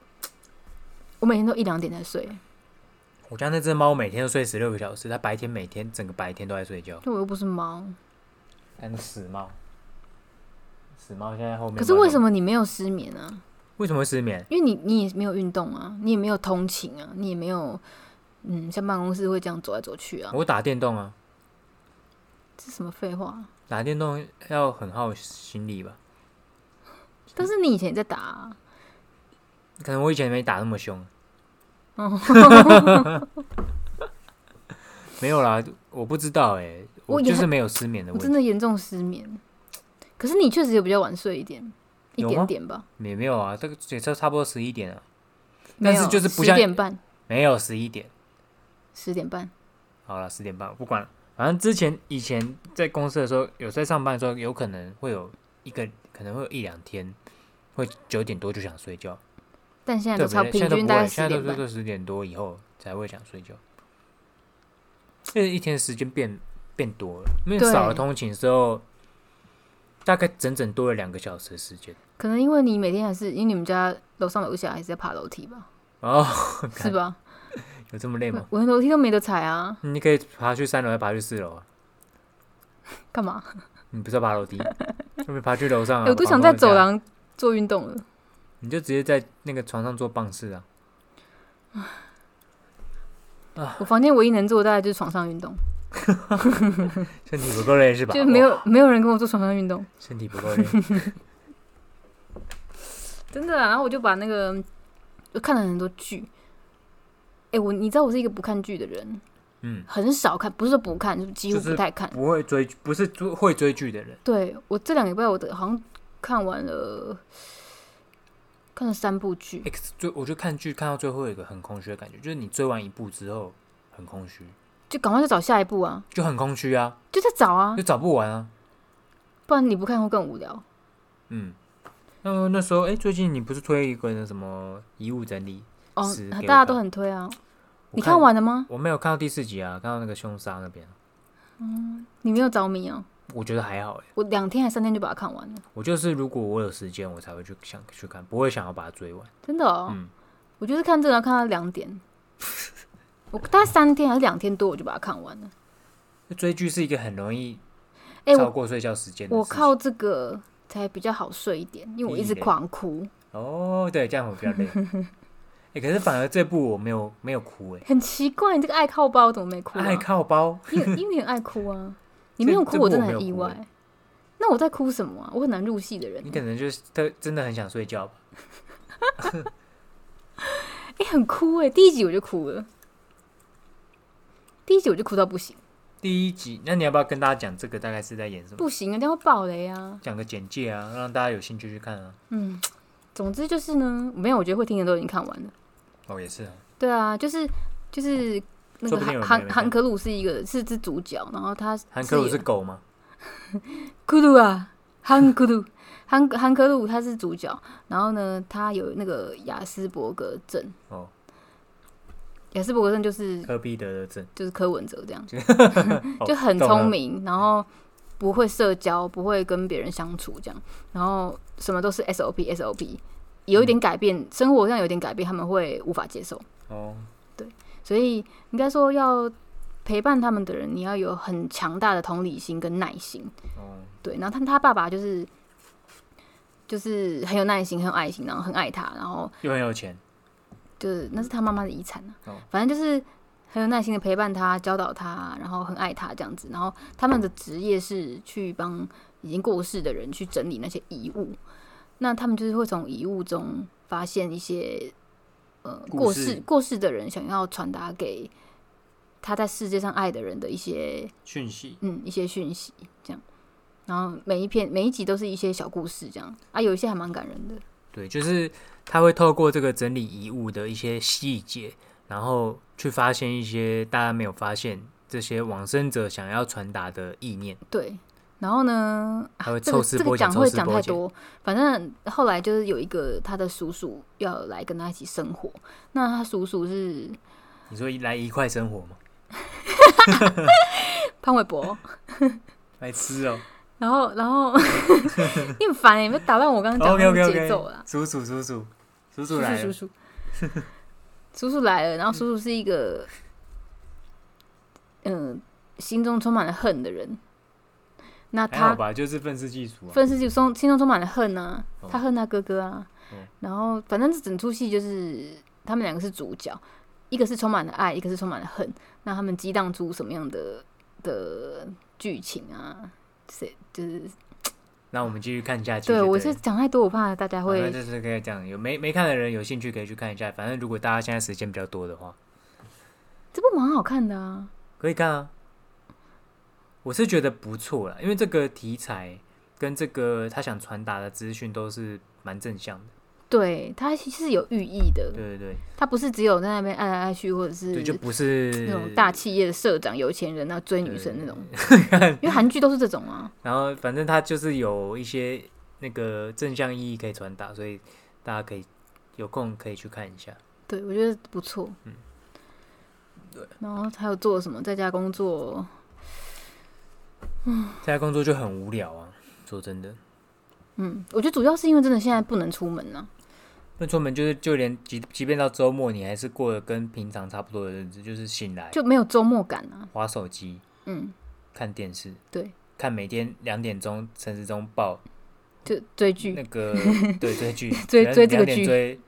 [SPEAKER 2] 我每天都一两点才睡，
[SPEAKER 1] 我家那只猫每天都睡十六个小时，它白天每天整个白天都在睡觉。
[SPEAKER 2] 就我又不是猫。
[SPEAKER 1] 那个死猫，死猫现在后面。
[SPEAKER 2] 可是为什
[SPEAKER 1] 么？
[SPEAKER 2] 么你没有失眠啊？
[SPEAKER 1] 为什么会失眠？
[SPEAKER 2] 因为你你也没有运动啊，你也没有通勤啊，你也没有嗯，像办公室会这样走来走去啊，
[SPEAKER 1] 我打电动啊，
[SPEAKER 2] 这什么废话啊？
[SPEAKER 1] 打电动要很耗心力吧？
[SPEAKER 2] 但是你以前也在打、啊，
[SPEAKER 1] 可能我以前没打那么凶。
[SPEAKER 2] 哦 [laughs]
[SPEAKER 1] 没有啦，我不知道哎、我
[SPEAKER 2] 我也
[SPEAKER 1] 就是没有失眠的
[SPEAKER 2] 我
[SPEAKER 1] 问
[SPEAKER 2] 真
[SPEAKER 1] 题，
[SPEAKER 2] 的严重失眠。可是你确实有比较晚睡一点，一
[SPEAKER 1] 有吗
[SPEAKER 2] 点点吧，
[SPEAKER 1] 也没有啊，这个也差差不多十一点啊，
[SPEAKER 2] 没
[SPEAKER 1] 但
[SPEAKER 2] 有
[SPEAKER 1] 是就是不
[SPEAKER 2] 十
[SPEAKER 1] 像
[SPEAKER 2] 点半，
[SPEAKER 1] 没有十一点。
[SPEAKER 2] 十点半，
[SPEAKER 1] 好了，十点半我不管了。反正之前以前在公司的时候，有在上班的时候，有可能会有一个，可能会有一两天会九点多就想睡觉，
[SPEAKER 2] 但现在
[SPEAKER 1] 对
[SPEAKER 2] 都
[SPEAKER 1] 不
[SPEAKER 2] 超
[SPEAKER 1] 对？现在
[SPEAKER 2] 平
[SPEAKER 1] 都
[SPEAKER 2] 均
[SPEAKER 1] 不
[SPEAKER 2] 大概
[SPEAKER 1] 会，
[SPEAKER 2] 十
[SPEAKER 1] 现在
[SPEAKER 2] 点
[SPEAKER 1] 都
[SPEAKER 2] 半
[SPEAKER 1] 是。都十点多以后才会想睡觉。这一天时间变变多了，因为
[SPEAKER 2] 对
[SPEAKER 1] 少了通勤之后，大概整整多了两个小时的时间。
[SPEAKER 2] 可能因为你每天还是因为你们家楼上楼下还是在爬楼梯吧，
[SPEAKER 1] [laughs] 哦，
[SPEAKER 2] 是吧？
[SPEAKER 1] 有这么累
[SPEAKER 2] [laughs]
[SPEAKER 1] 吗？
[SPEAKER 2] 我连楼梯都没得踩啊，
[SPEAKER 1] 你可以爬去三楼，还爬去四楼啊？
[SPEAKER 2] 干嘛？
[SPEAKER 1] 你不是要爬楼梯，要不然爬去楼上啊？
[SPEAKER 2] 哎 [laughs] 我都想在
[SPEAKER 1] 在
[SPEAKER 2] 走，廊做运动了。
[SPEAKER 1] 你就直接在那个床上做棒式啊。
[SPEAKER 2] 我房间唯一能做的大概就是床上运动，
[SPEAKER 1] 身体不够累是吧？哦
[SPEAKER 2] [laughs] 就没有没有人跟我做床上运动，
[SPEAKER 1] 身体不够累，
[SPEAKER 2] 真的、啊。然后我就把那个就看了很多剧，哎、我你知道我是一个不看剧的人，
[SPEAKER 1] 嗯，
[SPEAKER 2] 很少看，不是说不看，就是几乎
[SPEAKER 1] 就是
[SPEAKER 2] 不太看。
[SPEAKER 1] 不会追，不是追会追剧的人。
[SPEAKER 2] 对我这两个礼拜，我的好像看完了看了三部剧，
[SPEAKER 1] X 追，我就看剧看到最后有一个很空虚的感觉，就是你追完一部之后很空虚，
[SPEAKER 2] 就赶快去找下一部啊，
[SPEAKER 1] 就很空虚啊，
[SPEAKER 2] 就在找啊
[SPEAKER 1] 就，找不完啊。
[SPEAKER 2] 不然你不看会更无聊。
[SPEAKER 1] 嗯，那那时候哎、诶最近你不是推一个那什么遗物整理？
[SPEAKER 2] 哦
[SPEAKER 1] 是给我，
[SPEAKER 2] 大家都
[SPEAKER 1] 看
[SPEAKER 2] 很推啊。
[SPEAKER 1] 我
[SPEAKER 2] 你看？完了吗？
[SPEAKER 1] 我没有看到第四集啊，看到那个凶杀那边，
[SPEAKER 2] 你没有着迷哦、
[SPEAKER 1] 我觉得还好哎、
[SPEAKER 2] 我两天还三天就把它看完了，
[SPEAKER 1] 我就是如果我有时间，我才会去想去看，不会想要把它追完。
[SPEAKER 2] 真的哦、
[SPEAKER 1] 嗯，
[SPEAKER 2] 我就是看这个要看到两点， [laughs] 我大概三天还是两天多我就把它看完了。
[SPEAKER 1] 追剧是一个很容易
[SPEAKER 2] 哎、
[SPEAKER 1] 超
[SPEAKER 2] 我
[SPEAKER 1] 过睡觉时间的
[SPEAKER 2] 我
[SPEAKER 1] 事情
[SPEAKER 2] 靠这个才比较好睡一点，因为我一直狂哭，
[SPEAKER 1] 哦，对，这样我比较累。
[SPEAKER 2] [laughs]
[SPEAKER 1] 哎、可是反而这部我没有没有哭哎、
[SPEAKER 2] 很奇怪，你这个爱靠 [laughs] 包怎么没哭、啊？
[SPEAKER 1] 爱靠包， [laughs]
[SPEAKER 2] 因为因为你很爱哭啊，你
[SPEAKER 1] 这
[SPEAKER 2] 没有
[SPEAKER 1] 这
[SPEAKER 2] 哭
[SPEAKER 1] 部
[SPEAKER 2] 我真
[SPEAKER 1] 我
[SPEAKER 2] 的
[SPEAKER 1] 没有
[SPEAKER 2] 很意
[SPEAKER 1] 哭
[SPEAKER 2] 外
[SPEAKER 1] 欸。
[SPEAKER 2] 那我在哭什么啊？我很难入戏的人
[SPEAKER 1] 你，可能就是他真的很想睡觉吧。
[SPEAKER 2] 哎、很哭哎、第一集我就哭了，第一集我就哭到不行，
[SPEAKER 1] 第一集，那你要不要跟大家讲这个大概是在演什么？
[SPEAKER 2] 不行啊，这样会爆雷啊。
[SPEAKER 1] 讲个简介啊，让大家有兴趣去看啊。
[SPEAKER 2] 嗯，总之就是呢，没有，我觉得会听的都已经看完了。
[SPEAKER 1] 哦，也是啊，
[SPEAKER 2] 对啊，就是就是那
[SPEAKER 1] 说
[SPEAKER 2] 个
[SPEAKER 1] 不定有
[SPEAKER 2] 韩
[SPEAKER 1] 人没
[SPEAKER 2] 韩
[SPEAKER 1] 看
[SPEAKER 2] 韩可鲁是一个是只主角，然后他
[SPEAKER 1] 韩克鲁
[SPEAKER 2] 演
[SPEAKER 1] 是狗吗？
[SPEAKER 2] 咕噜啊，韩咕噜，韩韩科鲁他是主角，然后呢，他有那个雅斯伯格症，
[SPEAKER 1] 哦，
[SPEAKER 2] 雅斯伯格症就是
[SPEAKER 1] 科比得的症。
[SPEAKER 2] 就是柯文哲这
[SPEAKER 1] [laughs]
[SPEAKER 2] 样 [laughs]
[SPEAKER 1] 哦，
[SPEAKER 2] 就很
[SPEAKER 1] 懂了
[SPEAKER 2] 聪明，然后不会社交，不会跟别人相处这样，然后什么都是 SOP SOP，有一点改变，生活上有点改变，他们会无法接受，
[SPEAKER 1] 哦，
[SPEAKER 2] 所以应该说要陪伴他们的人，你要有很强大的同理心跟耐心，
[SPEAKER 1] 哦，
[SPEAKER 2] 对，然后他他爸爸就是就是很有耐心，很有爱心，然后很爱他，然后
[SPEAKER 1] 又很有钱。
[SPEAKER 2] 就是那是他妈妈的遗产啊
[SPEAKER 1] 哦
[SPEAKER 2] 反正就是很有耐心的陪伴他，教导他，然后很爱他这样子。然后他们的职业是去帮已经过世的人去整理那些遗物，那他们就是会从遗物中发现一些呃
[SPEAKER 1] 故
[SPEAKER 2] 过
[SPEAKER 1] 事
[SPEAKER 2] 世过世的人想要传达给他在世界上爱的人的一些
[SPEAKER 1] 讯息
[SPEAKER 2] 嗯一些讯息，这样。然后每一篇每一集都是一些小故事，这样啊，有一些还蛮感人的。
[SPEAKER 1] 对，就是他会透过这个整理遗物的一些细节，然后去发现一些大家没有发现这些往生者想要传达的意念，
[SPEAKER 2] 对，然后呢，啊
[SPEAKER 1] 他会
[SPEAKER 2] 这
[SPEAKER 1] 抽
[SPEAKER 2] 个
[SPEAKER 1] 丝
[SPEAKER 2] 这
[SPEAKER 1] 剥
[SPEAKER 2] 个
[SPEAKER 1] 茧，
[SPEAKER 2] 讲
[SPEAKER 1] 抽
[SPEAKER 2] 会
[SPEAKER 1] 丝
[SPEAKER 2] 讲太
[SPEAKER 1] 剥茧。
[SPEAKER 2] 多，反正后来就是有一个他的叔叔要来跟他一起生活，那他叔叔是
[SPEAKER 1] 你说来一块生活吗？
[SPEAKER 2] 潘
[SPEAKER 1] [laughs]
[SPEAKER 2] 玮柏，
[SPEAKER 1] 来吃哦。
[SPEAKER 2] 然后然后 [laughs] 你很烦欸，你们打乱我刚刚讲
[SPEAKER 1] OK
[SPEAKER 2] 的
[SPEAKER 1] OK
[SPEAKER 2] 节奏啦
[SPEAKER 1] OK。。叔哦叔叔叔叔叔
[SPEAKER 2] 叔
[SPEAKER 1] 来
[SPEAKER 2] [laughs] 叔
[SPEAKER 1] 了，
[SPEAKER 2] 叔叔叔叔来了，然后叔叔是一个，嗯、心中充满了恨的人。那
[SPEAKER 1] 还好
[SPEAKER 2] 啊他
[SPEAKER 1] 吧？就是愤世嫉俗啊。
[SPEAKER 2] 愤世嫉俗中，心中充满了恨啊
[SPEAKER 1] 哦，
[SPEAKER 2] 他恨他哥哥啊。
[SPEAKER 1] 哦
[SPEAKER 2] 然后反正这整出戏就是他们两个是主角，一个是充满了爱，一个是充满了恨。那他们激荡出什么样的的剧情啊？谁就是
[SPEAKER 1] 那我们继续看下去就
[SPEAKER 2] 对
[SPEAKER 1] 了。
[SPEAKER 2] 我是讲太多，我怕大家
[SPEAKER 1] 好那
[SPEAKER 2] 会
[SPEAKER 1] 就是可以这样，有没没看的人有兴趣可以去看一下。反正如果大家现在时间比较多的话，
[SPEAKER 2] 这部蛮好看的啊。
[SPEAKER 1] 可以看啊。我是觉得不错啦，因为这个题材跟这个他想传达的资讯都是蛮正向的。
[SPEAKER 2] 对，它是有寓意的，
[SPEAKER 1] 对对对，
[SPEAKER 2] 他不是只有在那边爱来爱去，或者是
[SPEAKER 1] 对就不是
[SPEAKER 2] 那种大企业的社长、有钱人啊追女生那种，
[SPEAKER 1] [laughs]
[SPEAKER 2] 因为韩剧都是这种啊。
[SPEAKER 1] 然后反正它就是有一些那个正向意义可以传达，所以大家可以有空可以去看一下。
[SPEAKER 2] 对，我觉得不错。嗯，对。然后还有做什么？在家工作，
[SPEAKER 1] 在家工作就很无聊啊，说真的，
[SPEAKER 2] 嗯，我觉得主要是因为真的现在不能出门啊。
[SPEAKER 1] 那出门就是就连即即便到周末，你还是过得跟平常差不多的日子，就是醒来
[SPEAKER 2] 就没有周末感啊。
[SPEAKER 1] 划手机，
[SPEAKER 2] 嗯，
[SPEAKER 1] 看电视，
[SPEAKER 2] 对，
[SPEAKER 1] 看每天两点钟《陈时中报》
[SPEAKER 2] 就追剧
[SPEAKER 1] 那
[SPEAKER 2] [laughs]
[SPEAKER 1] 个对追剧，
[SPEAKER 2] 追
[SPEAKER 1] 两
[SPEAKER 2] 追这个
[SPEAKER 1] 两点
[SPEAKER 2] 剧
[SPEAKER 1] 追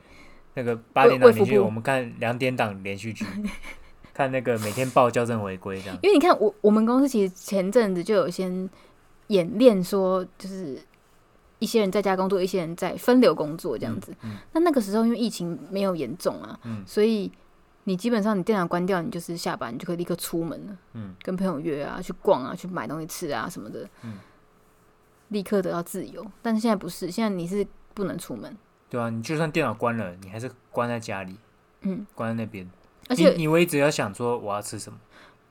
[SPEAKER 1] 那个八点档
[SPEAKER 2] 卫
[SPEAKER 1] 连续
[SPEAKER 2] 福
[SPEAKER 1] 剧，
[SPEAKER 2] 部
[SPEAKER 1] 我们看两点档连
[SPEAKER 2] [laughs]
[SPEAKER 1] 续剧，看那个每天报校正回归这样。
[SPEAKER 2] 因为你看我我们公司其实前阵子就有先演练说，就是一些人在家工作，一些人在分流工作这样子。
[SPEAKER 1] 嗯
[SPEAKER 2] 那那个时候因为疫情没有严重啊，
[SPEAKER 1] 嗯
[SPEAKER 2] 所以你基本上你电脑关掉，你就是下班你就可以立刻出门了，
[SPEAKER 1] 嗯，
[SPEAKER 2] 跟朋友约啊，去逛啊，去买东西吃啊什么的，
[SPEAKER 1] 嗯，
[SPEAKER 2] 立刻得到自由。但是现在不是，现在你是不能出门，
[SPEAKER 1] 对啊，你就算电脑关了，你还是关在家里，
[SPEAKER 2] 嗯，
[SPEAKER 1] 关在那边，你
[SPEAKER 2] 而且
[SPEAKER 1] 你唯一只要想说我要吃什么，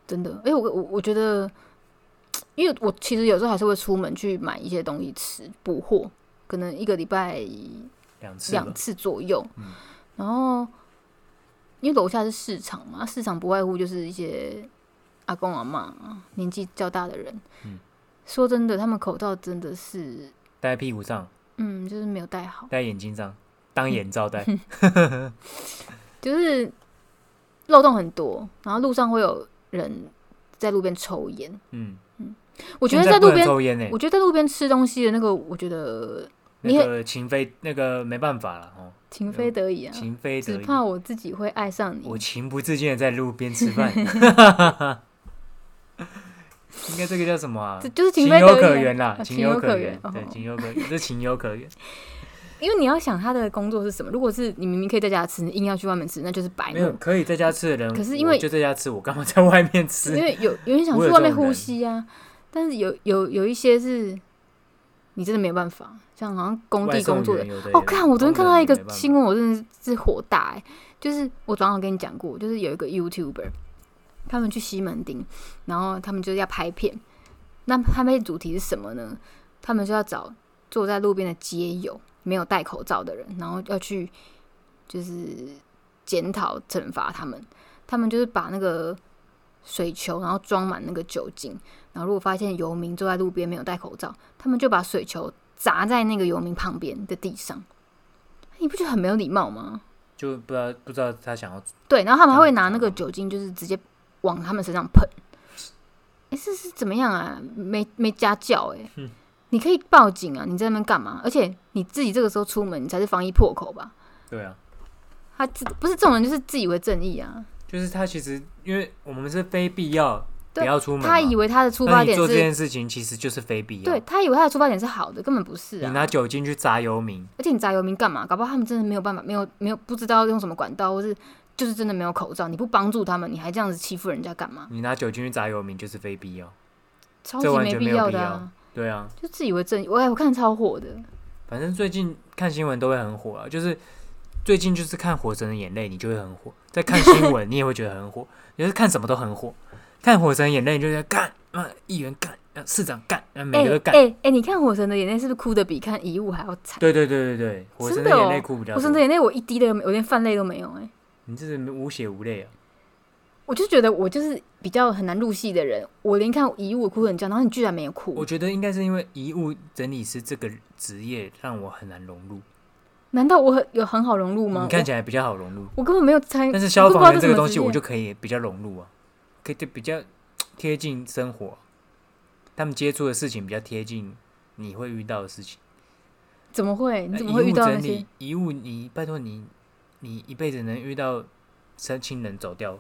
[SPEAKER 2] 真的，哎，我我我觉得，因为我其实有时候还是会出门去买一些东西吃，补货，可能一个礼拜
[SPEAKER 1] 两次吧
[SPEAKER 2] 两，次左右。
[SPEAKER 1] 嗯
[SPEAKER 2] 然后，因为楼下是市场嘛，市场不外乎就是一些阿公阿妈年纪较大的人。
[SPEAKER 1] 嗯
[SPEAKER 2] 说真的，他们口罩真的是，
[SPEAKER 1] 戴在屁股上，
[SPEAKER 2] 嗯，就是没有戴好，
[SPEAKER 1] 戴在眼睛上，当眼罩
[SPEAKER 2] [laughs]
[SPEAKER 1] 戴。
[SPEAKER 2] 就是漏洞很多。然后路上会有人在路边抽烟，
[SPEAKER 1] 嗯，
[SPEAKER 2] 我
[SPEAKER 1] 我
[SPEAKER 2] 觉得在路边，
[SPEAKER 1] 抽烟呢，欸
[SPEAKER 2] 我觉得在路边吃东西的那个，我觉得你
[SPEAKER 1] 那个情非那个没办法了哦，
[SPEAKER 2] 情非得已啊，
[SPEAKER 1] 情非
[SPEAKER 2] 只
[SPEAKER 1] 得已。
[SPEAKER 2] 怕我自己会爱上你。 [laughs]
[SPEAKER 1] 我情不自禁的在路边吃饭，应该这个叫什么啊
[SPEAKER 2] 这？就是情
[SPEAKER 1] 情
[SPEAKER 2] 非
[SPEAKER 1] 有
[SPEAKER 2] 得
[SPEAKER 1] 可
[SPEAKER 2] 已啊
[SPEAKER 1] 原啦，
[SPEAKER 2] 啊
[SPEAKER 1] 情
[SPEAKER 2] 情有可
[SPEAKER 1] 可原
[SPEAKER 2] 原，
[SPEAKER 1] 对
[SPEAKER 2] 哦，
[SPEAKER 1] 情有可原，这情有可原。
[SPEAKER 2] 因为你要想他的工作是什么，如果是你明明可以在家吃，你硬要去外面吃，那就是白
[SPEAKER 1] 没有
[SPEAKER 2] 目。
[SPEAKER 1] 可以在家吃的人，
[SPEAKER 2] 哎可是因
[SPEAKER 1] 我
[SPEAKER 2] 为
[SPEAKER 1] 就在家吃，我干嘛在外面吃
[SPEAKER 2] 因？为有有人想
[SPEAKER 1] 我
[SPEAKER 2] 去
[SPEAKER 1] 有
[SPEAKER 2] 外面
[SPEAKER 1] 这种
[SPEAKER 2] 呼
[SPEAKER 1] 人
[SPEAKER 2] 吸啊，但是有有有一些是你真的没有办法，像好像工
[SPEAKER 1] 外
[SPEAKER 2] 地
[SPEAKER 1] 送
[SPEAKER 2] 工作的
[SPEAKER 1] 员有的
[SPEAKER 2] 哦，
[SPEAKER 1] 人
[SPEAKER 2] 看我昨天看到一个
[SPEAKER 1] 工人没办法
[SPEAKER 2] 新闻，我真的是火大哎、就是我早上有跟你讲过，就是有一个 YouTuber，他们去西门町，然后他们就是要拍片，那拍片主题是什么呢？他们就要找坐在路边的街友没有戴口罩的人，然后要去就是检讨惩罚他们。他们就是把那个水球，然后装满那个酒精，然后如果发现游民坐在路边没有戴口罩，他们就把水球砸在那个游民旁边的地上。你不觉得很没有礼貌吗？
[SPEAKER 1] 就不知道不知道他想要
[SPEAKER 2] 对，然后他们还
[SPEAKER 1] 这样啊
[SPEAKER 2] 会拿那
[SPEAKER 1] 子
[SPEAKER 2] 个
[SPEAKER 1] 吗
[SPEAKER 2] 酒精，就是直接往他们身上喷。哎、这是怎么样啊？没没家教哎、你可以报警啊！你在那边干嘛？而且你自己这个时候出门，你才是防疫破口吧？
[SPEAKER 1] 对啊，
[SPEAKER 2] 他自不是这种人，就是自以为正义啊！
[SPEAKER 1] 就是他其实因为我们是非必要不
[SPEAKER 2] 对
[SPEAKER 1] 要出门嘛，
[SPEAKER 2] 他以为他的出发
[SPEAKER 1] 那你
[SPEAKER 2] 点
[SPEAKER 1] 做这
[SPEAKER 2] 是，
[SPEAKER 1] 件事情其实就是非必要。
[SPEAKER 2] 对他以为他的出发点是好的，根本不是
[SPEAKER 1] 你
[SPEAKER 2] 啊！
[SPEAKER 1] 拿酒精去砸游民，
[SPEAKER 2] 而且你砸游民干嘛？搞不好他们真的没有办法，没有没有不知道用什么管道，或是就是真的没有口罩，你不帮助他们，你还这样子欺负人家干嘛？
[SPEAKER 1] 你拿酒精去砸游民就是非必要。
[SPEAKER 2] 超级
[SPEAKER 1] 这完
[SPEAKER 2] 没
[SPEAKER 1] 全
[SPEAKER 2] 必
[SPEAKER 1] 没有
[SPEAKER 2] 要
[SPEAKER 1] 必
[SPEAKER 2] 的
[SPEAKER 1] 要
[SPEAKER 2] 啊！
[SPEAKER 1] 对啊，
[SPEAKER 2] 就自以为正义，我我看超火的，
[SPEAKER 1] 反正最近看新闻都会很火啊，就是最近就是看《火神的眼泪》，你就会很火；在看新
[SPEAKER 2] [laughs]
[SPEAKER 1] 闻，你也会觉得很火。你就是看什么都很火，看《火神的眼泪》你就觉得干，啊，议员干，啊，市长干，啊，每
[SPEAKER 2] 哎
[SPEAKER 1] 个都干。
[SPEAKER 2] 哎哎，你看《火神的眼泪》是不是哭的比看《遗物》还要惨？
[SPEAKER 1] 对对对对对，《火神
[SPEAKER 2] 真的
[SPEAKER 1] 眼泪
[SPEAKER 2] 哦》
[SPEAKER 1] 哭比
[SPEAKER 2] 《
[SPEAKER 1] 较
[SPEAKER 2] 火
[SPEAKER 1] 多。
[SPEAKER 2] 神的眼泪》我一滴都没有，我连泛泪都没有哎、
[SPEAKER 1] 你这是无血无泪啊！
[SPEAKER 2] 我就觉得我就是比较很难入戏的人，我连看《遗物》哭成这样，然后你居然没有
[SPEAKER 1] 我
[SPEAKER 2] 哭，
[SPEAKER 1] 觉得应该是因为遗物整理师这个职业让我很难融入，
[SPEAKER 2] 难道我很有很好融入吗
[SPEAKER 1] 你？看起来比较好融入，
[SPEAKER 2] 我我根本没有参，
[SPEAKER 1] 但是
[SPEAKER 2] 嗯我
[SPEAKER 1] 消
[SPEAKER 2] 都不知
[SPEAKER 1] 防
[SPEAKER 2] 道
[SPEAKER 1] 员这个
[SPEAKER 2] 什么
[SPEAKER 1] 东
[SPEAKER 2] 职
[SPEAKER 1] 西我
[SPEAKER 2] 业
[SPEAKER 1] 就可以比较融入啊，可以就比较呃贴近生活，他们接触的事情比较贴近你会遇到的事情。
[SPEAKER 2] 怎么会？你
[SPEAKER 1] 那
[SPEAKER 2] 怎么
[SPEAKER 1] 遗
[SPEAKER 2] 会遇
[SPEAKER 1] 物
[SPEAKER 2] 到那
[SPEAKER 1] 整
[SPEAKER 2] 些
[SPEAKER 1] 理？遗物你拜托你，你一辈子能遇到亲亲人走掉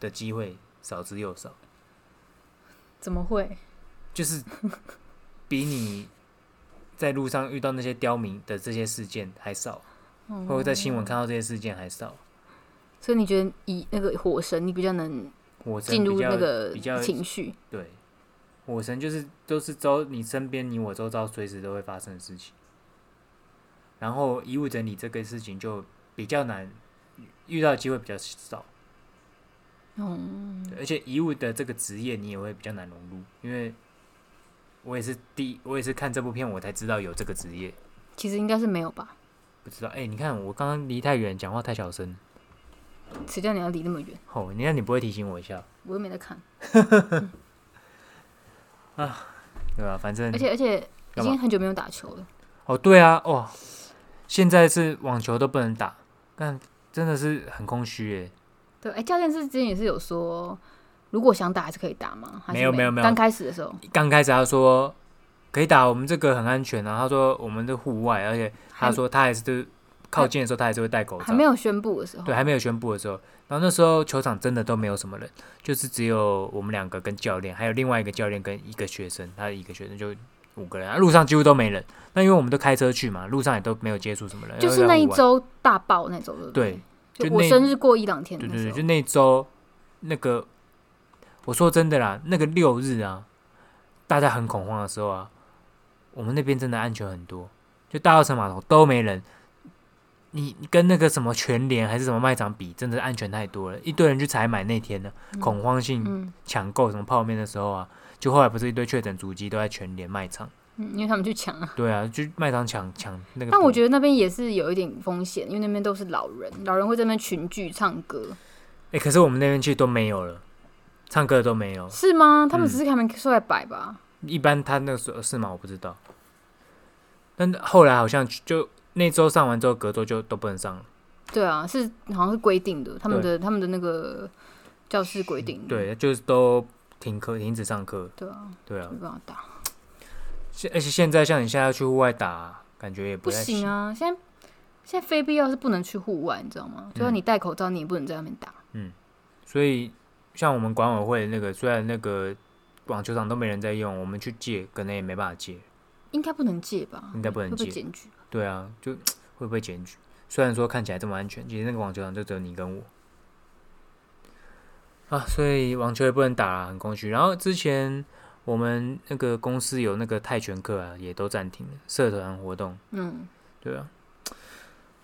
[SPEAKER 1] 的机会少之又少，
[SPEAKER 2] 怎么会？
[SPEAKER 1] 就是比你在路上遇到那些刁民的这些事件还少，
[SPEAKER 2] 哦
[SPEAKER 1] 或者在新闻看到这些事件还少。
[SPEAKER 2] 所以你觉得以那个火神，你比较能
[SPEAKER 1] 我真
[SPEAKER 2] 进
[SPEAKER 1] 比
[SPEAKER 2] 入
[SPEAKER 1] 较
[SPEAKER 2] 那个
[SPEAKER 1] 比较
[SPEAKER 2] 情绪？
[SPEAKER 1] 对，火神就是都是周你身边你我周遭随时都会发生的事情。然后遗物整理这个事情就比较难，遇到的机会比较少，
[SPEAKER 2] 嗯，
[SPEAKER 1] 对而且遗物的这个职业你也会比较难融入，因为我也是第一我也是看这部片我才知道有这个职业，
[SPEAKER 2] 其实应该是没有吧？
[SPEAKER 1] 不知道哎、你看我刚刚离太远，讲话太小声，
[SPEAKER 2] 谁叫你要离那么远？
[SPEAKER 1] 哦，你看你不会提醒我一下，
[SPEAKER 2] 我又没得看，
[SPEAKER 1] 对吧？反正
[SPEAKER 2] 而且而且已
[SPEAKER 1] 嗯干嘛
[SPEAKER 2] 经很久没有打球了。
[SPEAKER 1] 哦，对啊，哇，现在是网球都不能打，但真的是很空虚耶。
[SPEAKER 2] 对，哎、教练是之前也是有说，如果想打还是可以打吗？还是
[SPEAKER 1] 没有没有没有
[SPEAKER 2] 刚开始的时候
[SPEAKER 1] 刚开始他说可以打，我们这个很安全啊。他说我们的户外，而且他
[SPEAKER 2] 还
[SPEAKER 1] 说他还是就是靠近的时候，他还是会戴口
[SPEAKER 2] 还
[SPEAKER 1] 罩
[SPEAKER 2] 没。有宣布的时候，
[SPEAKER 1] 对，还没有宣布的时候，然后那时候球场真的都没有什么人，就是只有我们两个跟教练，还有另外一个教练跟一个学生，他一个学生就五个人，啊路上几乎都没人。那因为我们都开车去嘛，路上也都没有接触什么人，
[SPEAKER 2] 就
[SPEAKER 1] 然后
[SPEAKER 2] 是
[SPEAKER 1] 在
[SPEAKER 2] 那一
[SPEAKER 1] 户外。
[SPEAKER 2] 周大爆那周，对不
[SPEAKER 1] 对，就
[SPEAKER 2] 对？就我
[SPEAKER 1] 那
[SPEAKER 2] 生日过一两天
[SPEAKER 1] 对
[SPEAKER 2] 的
[SPEAKER 1] 对
[SPEAKER 2] 时
[SPEAKER 1] 对，
[SPEAKER 2] 候
[SPEAKER 1] 就，那周那个，我说真的啦，那个六日啊，大家很恐慌的时候啊，我们那边真的安全很多，就大稻城码头都没人。你你跟那个什么全联还是什么卖场比，真的安全太多了。一堆人去采买那天呢，恐慌性
[SPEAKER 2] 嗯
[SPEAKER 1] 抢购什么泡面的时候啊，就后来不是一堆确诊足迹都在全联卖场，
[SPEAKER 2] 嗯，因为他们去抢啊。
[SPEAKER 1] 对啊，就卖场抢抢那个。
[SPEAKER 2] 但我觉
[SPEAKER 1] 得，
[SPEAKER 2] 得那边也是有一点风险，因为那边都是老人，老人会在那边群聚唱歌，
[SPEAKER 1] 哎、可是我们那边去都没有了，唱歌的都没有。
[SPEAKER 2] 是吗？他们
[SPEAKER 1] 嗯
[SPEAKER 2] 只是还没出来摆吧？
[SPEAKER 1] 一般他那个时候是吗？我不知道。但后来好像就那周上完之后，隔周就都不能上了。
[SPEAKER 2] 对啊，是好像是规定的，他们的他们的那个教室规定，，
[SPEAKER 1] 对，就是都停课，停止上课。
[SPEAKER 2] 嗯对啊，
[SPEAKER 1] 对啊
[SPEAKER 2] 没，办法打，
[SPEAKER 1] 现而且现在像你现在要去户外打，感觉也
[SPEAKER 2] 不
[SPEAKER 1] 太
[SPEAKER 2] 行
[SPEAKER 1] 啊。
[SPEAKER 2] 啊！现在现在非必要是不能去户外，你知道吗？
[SPEAKER 1] 嗯
[SPEAKER 2] 就算你戴口罩，你也不能在外面打。
[SPEAKER 1] 所以像我们管委会那个，虽然那个网球场都没人在用，我们去借可能也没办法借，
[SPEAKER 2] 应该不能借吧？
[SPEAKER 1] 应该不能
[SPEAKER 2] 会被
[SPEAKER 1] 借
[SPEAKER 2] 检举。
[SPEAKER 1] 对啊，就会不会检举？虽然说看起来这么安全，其实那个网球场就只有你跟我啊，所以网球也不能打啊、很空虚。然后之前我们那个公司有那个泰拳课啊，也都暂停了，社团活动，
[SPEAKER 2] 嗯，
[SPEAKER 1] 对啊，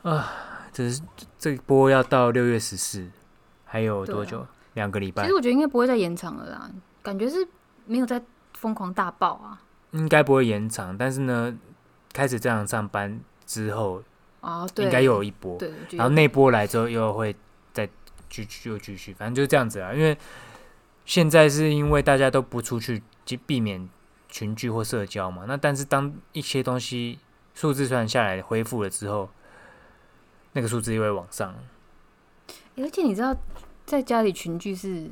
[SPEAKER 1] 啊，这是这一波要到六月十四，还有多久？两、个礼
[SPEAKER 2] 啊其
[SPEAKER 1] 拜
[SPEAKER 2] 实，我觉得应该不会再延长了啦，感觉是没有在疯狂大爆啊。
[SPEAKER 1] 应该不会延长，但是呢，开始正常上班之后，
[SPEAKER 2] 哦，对，
[SPEAKER 1] 应该又有一波，
[SPEAKER 2] 对，我觉得
[SPEAKER 1] 然后那波来之后又会再继续又继续，反正就是这样子啊。因为现在是因为大家都不出去，即避免群聚或社交嘛。那但是当一些东西数字算下来恢复了之后，那个数字又会往上。
[SPEAKER 2] 而且你知道，在家里群聚是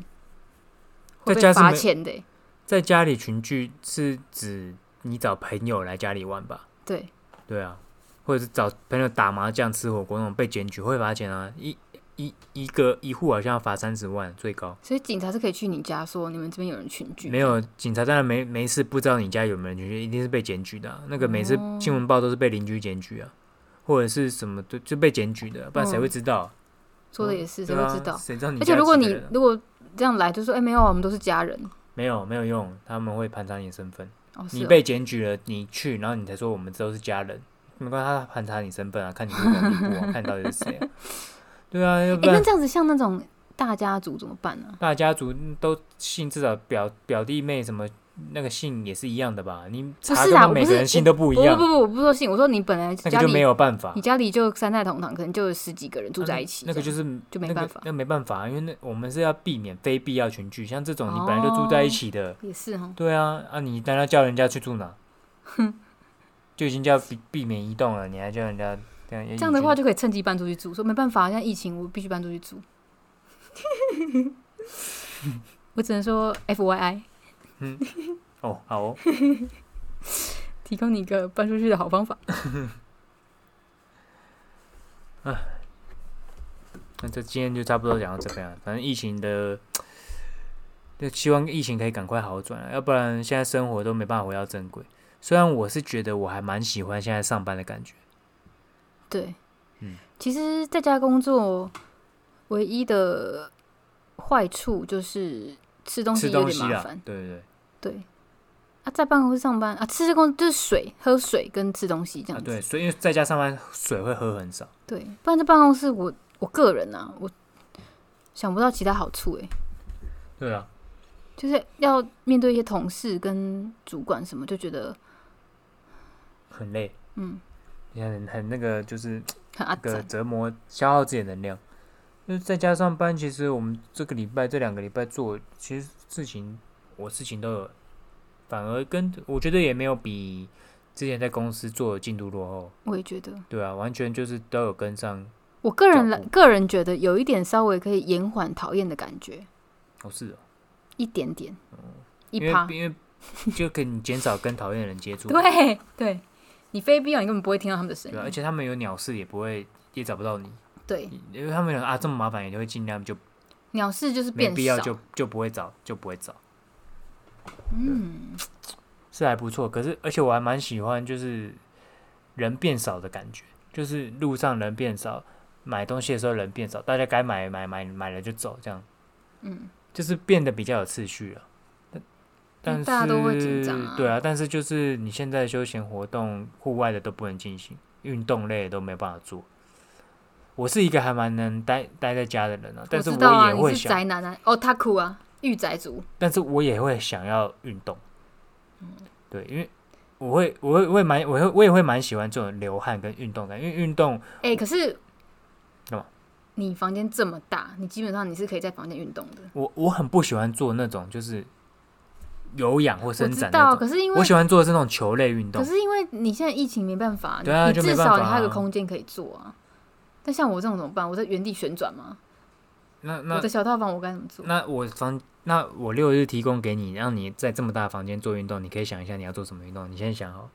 [SPEAKER 1] 在
[SPEAKER 2] 会
[SPEAKER 1] 家是
[SPEAKER 2] 被罚
[SPEAKER 1] 没
[SPEAKER 2] 钱的欸，
[SPEAKER 1] 在家里群聚是指你找朋友来家里玩吧？
[SPEAKER 2] 对，
[SPEAKER 1] 对啊，或者是找朋友打麻将、吃火锅那种被检举会罚钱啊，一一一个一户好像要罚三十万最高。
[SPEAKER 2] 所以警察是可以去你家说你们这边有人群聚，
[SPEAKER 1] 没有，警察当然没没事，不知道你家有没有人群聚，一定是被检举的啊、那个每次
[SPEAKER 2] 哦
[SPEAKER 1] 新闻报都是被邻居检举啊，或者是什么就就被检举的，不然谁会知道？啊
[SPEAKER 2] 说的也嗯是，谁
[SPEAKER 1] 对
[SPEAKER 2] 会
[SPEAKER 1] 啊
[SPEAKER 2] 知道？
[SPEAKER 1] 谁知道你
[SPEAKER 2] 而
[SPEAKER 1] 家
[SPEAKER 2] 且如果
[SPEAKER 1] 几个
[SPEAKER 2] 你
[SPEAKER 1] 人啊？
[SPEAKER 2] 如果这样来，就说哎、没有啊，我们都是家人。
[SPEAKER 1] 没有没有用，他们会盘查你的身份。
[SPEAKER 2] 哦，是
[SPEAKER 1] 你
[SPEAKER 2] 哦
[SPEAKER 1] 被检举了，你去，然后你才说我们都是家人，没关系，他盘查你身份啊，看你会不会离
[SPEAKER 2] [laughs]
[SPEAKER 1] 谱啊，看你到底是谁啊？对啊，要
[SPEAKER 2] 哎、
[SPEAKER 1] 不然
[SPEAKER 2] 那这样子像那种大家族怎么办呢、
[SPEAKER 1] 大家族都姓至少表表弟妹什么那个姓也是一样的吧？你查
[SPEAKER 2] 是
[SPEAKER 1] 根
[SPEAKER 2] 啊
[SPEAKER 1] 本
[SPEAKER 2] 我
[SPEAKER 1] 每
[SPEAKER 2] 不
[SPEAKER 1] 个
[SPEAKER 2] 是
[SPEAKER 1] 人姓都不
[SPEAKER 2] 不
[SPEAKER 1] 一
[SPEAKER 2] 不
[SPEAKER 1] 样，
[SPEAKER 2] 不，我不是说信，我说你本来
[SPEAKER 1] 那
[SPEAKER 2] 家
[SPEAKER 1] 个就没
[SPEAKER 2] 里
[SPEAKER 1] 有办法
[SPEAKER 2] 你。家里就三代同堂，可能就有十几个人住
[SPEAKER 1] 啊
[SPEAKER 2] 在
[SPEAKER 1] 那
[SPEAKER 2] 一起这
[SPEAKER 1] 那
[SPEAKER 2] 样，
[SPEAKER 1] 个就是
[SPEAKER 2] 就没
[SPEAKER 1] 那个
[SPEAKER 2] 办法
[SPEAKER 1] 那没办法，因为那我们是要避免非必要群聚，像这种你本
[SPEAKER 2] 哦
[SPEAKER 1] 来就住在一起的，
[SPEAKER 2] 也是哈。
[SPEAKER 1] 对啊，啊你难道叫人家去住
[SPEAKER 2] [laughs]
[SPEAKER 1] 哪？就已经叫避避免移动了，你还叫人家这样？
[SPEAKER 2] 这样的话，就可以趁机搬出去住，说没办法，现在疫情我必须搬出
[SPEAKER 1] [laughs]
[SPEAKER 2] 去住。我只能说 F Y I
[SPEAKER 1] 哦好哦，
[SPEAKER 2] 提供你一个搬出去的好方法。
[SPEAKER 1] 那这今天就差不多讲到这边了。反正疫情的，就希望疫情可以赶快好转啊，要不然现在生活都没办法回到正轨。虽然我是觉得我还蛮喜欢现在上班的感觉，
[SPEAKER 2] 对，
[SPEAKER 1] 嗯
[SPEAKER 2] 其实在家工作唯一的坏处就是吃东西
[SPEAKER 1] 吃
[SPEAKER 2] 有
[SPEAKER 1] 东
[SPEAKER 2] 点
[SPEAKER 1] 西
[SPEAKER 2] 麻
[SPEAKER 1] 啊
[SPEAKER 2] 烦，。
[SPEAKER 1] 对对对。
[SPEAKER 2] 对，啊，在办公室上班啊，吃这工就是水、喝水跟吃东西这
[SPEAKER 1] 啊，
[SPEAKER 2] 样子。
[SPEAKER 1] 对，所以因为在家上班水会喝很少，
[SPEAKER 2] 对不然在办公室我我个人啊，我想不到其他好处诶、欸
[SPEAKER 1] 对啊，
[SPEAKER 2] 就是要面对一些同事跟主管什么，就觉得
[SPEAKER 1] 很累，
[SPEAKER 2] 嗯啊
[SPEAKER 1] 你很很那个就是
[SPEAKER 2] 很阿
[SPEAKER 1] 那个
[SPEAKER 2] 杂。
[SPEAKER 1] 折磨消耗自己的能量。就是在家上班，其实我们这个礼拜这两个礼拜做，其实事情我事情都有，反而跟我觉得也没有比之前在公司做的进度落后，
[SPEAKER 2] 我也觉得，
[SPEAKER 1] 对啊，完全就是都有跟上。
[SPEAKER 2] 我个人来
[SPEAKER 1] 脚步
[SPEAKER 2] 个人觉得有一点稍微可以延缓讨厌的感觉，
[SPEAKER 1] 哦，是哦，
[SPEAKER 2] 一点点，一
[SPEAKER 1] 嗯因为
[SPEAKER 2] 趴。 [laughs]
[SPEAKER 1] 因为就可以减少跟讨厌的人接触，
[SPEAKER 2] 对对，你非必要，你根本不会听到他们的声
[SPEAKER 1] 对啊，而
[SPEAKER 2] 音。
[SPEAKER 1] 且他们有鸟事也不会也找不到你，
[SPEAKER 2] 对，
[SPEAKER 1] 因为他们有啊这么麻烦，也就会尽量就
[SPEAKER 2] 鸟事就是
[SPEAKER 1] 没
[SPEAKER 2] 变
[SPEAKER 1] 必要
[SPEAKER 2] 少
[SPEAKER 1] 就就不会找，就不会找，
[SPEAKER 2] 嗯，
[SPEAKER 1] 是还不错。可是，而且我还蛮喜欢，就是人变少的感觉，就是路上人变少，买东西的时候人变少，大家该买买买买了就走，这样，
[SPEAKER 2] 嗯，
[SPEAKER 1] 就是变得比较有次序了。但但
[SPEAKER 2] 大家都会紧张
[SPEAKER 1] 是
[SPEAKER 2] 啊
[SPEAKER 1] 对啊，但是就是你现在休闲活动、户外的都不能进行，运动类的都没办法做。我是一个还蛮能待待在家的人啊，但是
[SPEAKER 2] 知道啊，
[SPEAKER 1] 也
[SPEAKER 2] 你
[SPEAKER 1] 会
[SPEAKER 2] 是
[SPEAKER 1] 想，
[SPEAKER 2] 宅男啊，哦，他酷啊，御宅族。
[SPEAKER 1] 但是我也会想要运动。
[SPEAKER 2] 嗯
[SPEAKER 1] 对，因为我会，我会，我会蛮，我会，我也会蛮喜欢这种流汗跟运动感，因为运动
[SPEAKER 2] 哎、可是
[SPEAKER 1] 干嘛
[SPEAKER 2] 你房间这么大，你基本上你是可以在房间运动的。
[SPEAKER 1] 我我很不喜欢做那种就是有氧或
[SPEAKER 2] 我
[SPEAKER 1] 伸
[SPEAKER 2] 知
[SPEAKER 1] 展那
[SPEAKER 2] 道，
[SPEAKER 1] 种，
[SPEAKER 2] 可是因
[SPEAKER 1] 我
[SPEAKER 2] 为
[SPEAKER 1] 喜欢做的是那种球类运
[SPEAKER 2] 可
[SPEAKER 1] 动。
[SPEAKER 2] 是因为你现在疫情没办法，
[SPEAKER 1] 对啊
[SPEAKER 2] 你
[SPEAKER 1] 就
[SPEAKER 2] 至
[SPEAKER 1] 没办法
[SPEAKER 2] 少你还有
[SPEAKER 1] 啊
[SPEAKER 2] 个空间可以做啊。但像我这种怎么办？我在原地旋转吗？
[SPEAKER 1] 那
[SPEAKER 2] 我
[SPEAKER 1] 那
[SPEAKER 2] 的小套房我该怎么做？
[SPEAKER 1] 那我房，那我六日提供给你，让你在这么大的房间做运动，你可以想一下你要做什么运动，你先想好。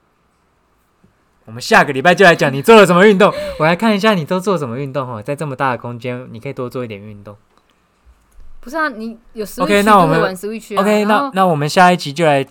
[SPEAKER 1] 我们下个礼拜就来讲你做了什么运动，我来看一下你都做什么运动哦，在这么大的空间，你可以多做一点运动。
[SPEAKER 2] 不不是啊，你有 Switch
[SPEAKER 1] OK，那我
[SPEAKER 2] 就会
[SPEAKER 1] 们
[SPEAKER 2] 玩 Switch 啊。
[SPEAKER 1] OK，
[SPEAKER 2] 然
[SPEAKER 1] 那
[SPEAKER 2] 后
[SPEAKER 1] 那我们下一集就来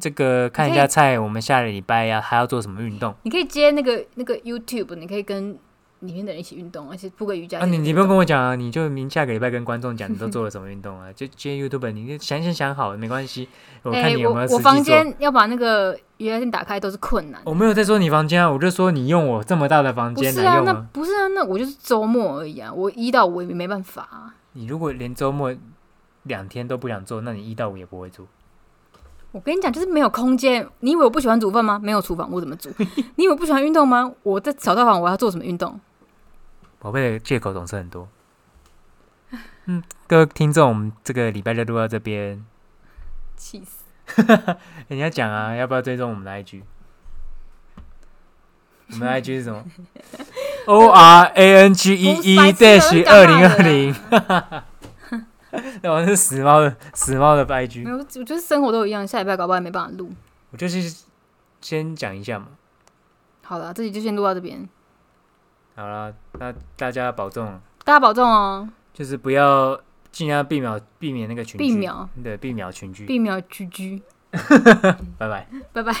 [SPEAKER 1] 这个看一
[SPEAKER 2] 可
[SPEAKER 1] 下
[SPEAKER 2] 以
[SPEAKER 1] 菜，我们下个礼拜要还要做什么运动？
[SPEAKER 2] 你可以接那个那个 YouTube，你可以跟里面的人一起运动，而且铺个瑜伽
[SPEAKER 1] 啊，
[SPEAKER 2] 垫
[SPEAKER 1] 你
[SPEAKER 2] 也可以
[SPEAKER 1] 你不用跟我讲啊，你就明下个礼拜跟观众讲
[SPEAKER 2] [laughs]
[SPEAKER 1] 你都做了什么运动啊，就接 YouTube，你就想想想好，没关系，我
[SPEAKER 2] 哎，
[SPEAKER 1] 看你有没有
[SPEAKER 2] 我
[SPEAKER 1] 实
[SPEAKER 2] 我
[SPEAKER 1] 际
[SPEAKER 2] 房
[SPEAKER 1] 做。
[SPEAKER 2] 间要把那个瑜伽垫打开都是困难。
[SPEAKER 1] 我没有在说你房间啊，我就说你用我这么大的房
[SPEAKER 2] 不
[SPEAKER 1] 间
[SPEAKER 2] 是
[SPEAKER 1] 来
[SPEAKER 2] 啊，
[SPEAKER 1] 用
[SPEAKER 2] 那
[SPEAKER 1] 啊。
[SPEAKER 2] 不是啊，那我就是周末而已啊，我一到五也没办法、啊，
[SPEAKER 1] 你如果连周末两天都不想做，那你一到五也不会做。
[SPEAKER 2] 我跟你讲，就是没有空间。你以为我不喜欢煮饭吗？没有厨房，我怎么煮？ [laughs] 你以为我不喜欢运动吗？我在小套房，我要做什么运动？
[SPEAKER 1] 宝贝的借口总是很多。嗯，各位听众，我们这个礼拜就录到这边。
[SPEAKER 2] 气死！
[SPEAKER 1] 人家讲啊，要不要追踪我们的 IG？我们的 IG 是什么？O R A N G E E
[SPEAKER 2] 不是白
[SPEAKER 1] dash
[SPEAKER 2] 痴啊
[SPEAKER 1] 二
[SPEAKER 2] 干
[SPEAKER 1] 零
[SPEAKER 2] 嘛
[SPEAKER 1] 二零
[SPEAKER 2] 的。
[SPEAKER 1] [laughs] 那我是死猫的死猫的 IG
[SPEAKER 2] 没。有，我就是生活都一样，下礼拜搞不好也没办法录。
[SPEAKER 1] 我就是先讲一下嘛。
[SPEAKER 2] 好了，这集就先录到这边，
[SPEAKER 1] 好啦，那大家保重，
[SPEAKER 2] 大家保重哦，
[SPEAKER 1] 就是不要尽量避免避免那个群聚。
[SPEAKER 2] 避免
[SPEAKER 1] 对避免群聚。
[SPEAKER 2] 避免居居，
[SPEAKER 1] 拜拜。
[SPEAKER 2] 拜拜。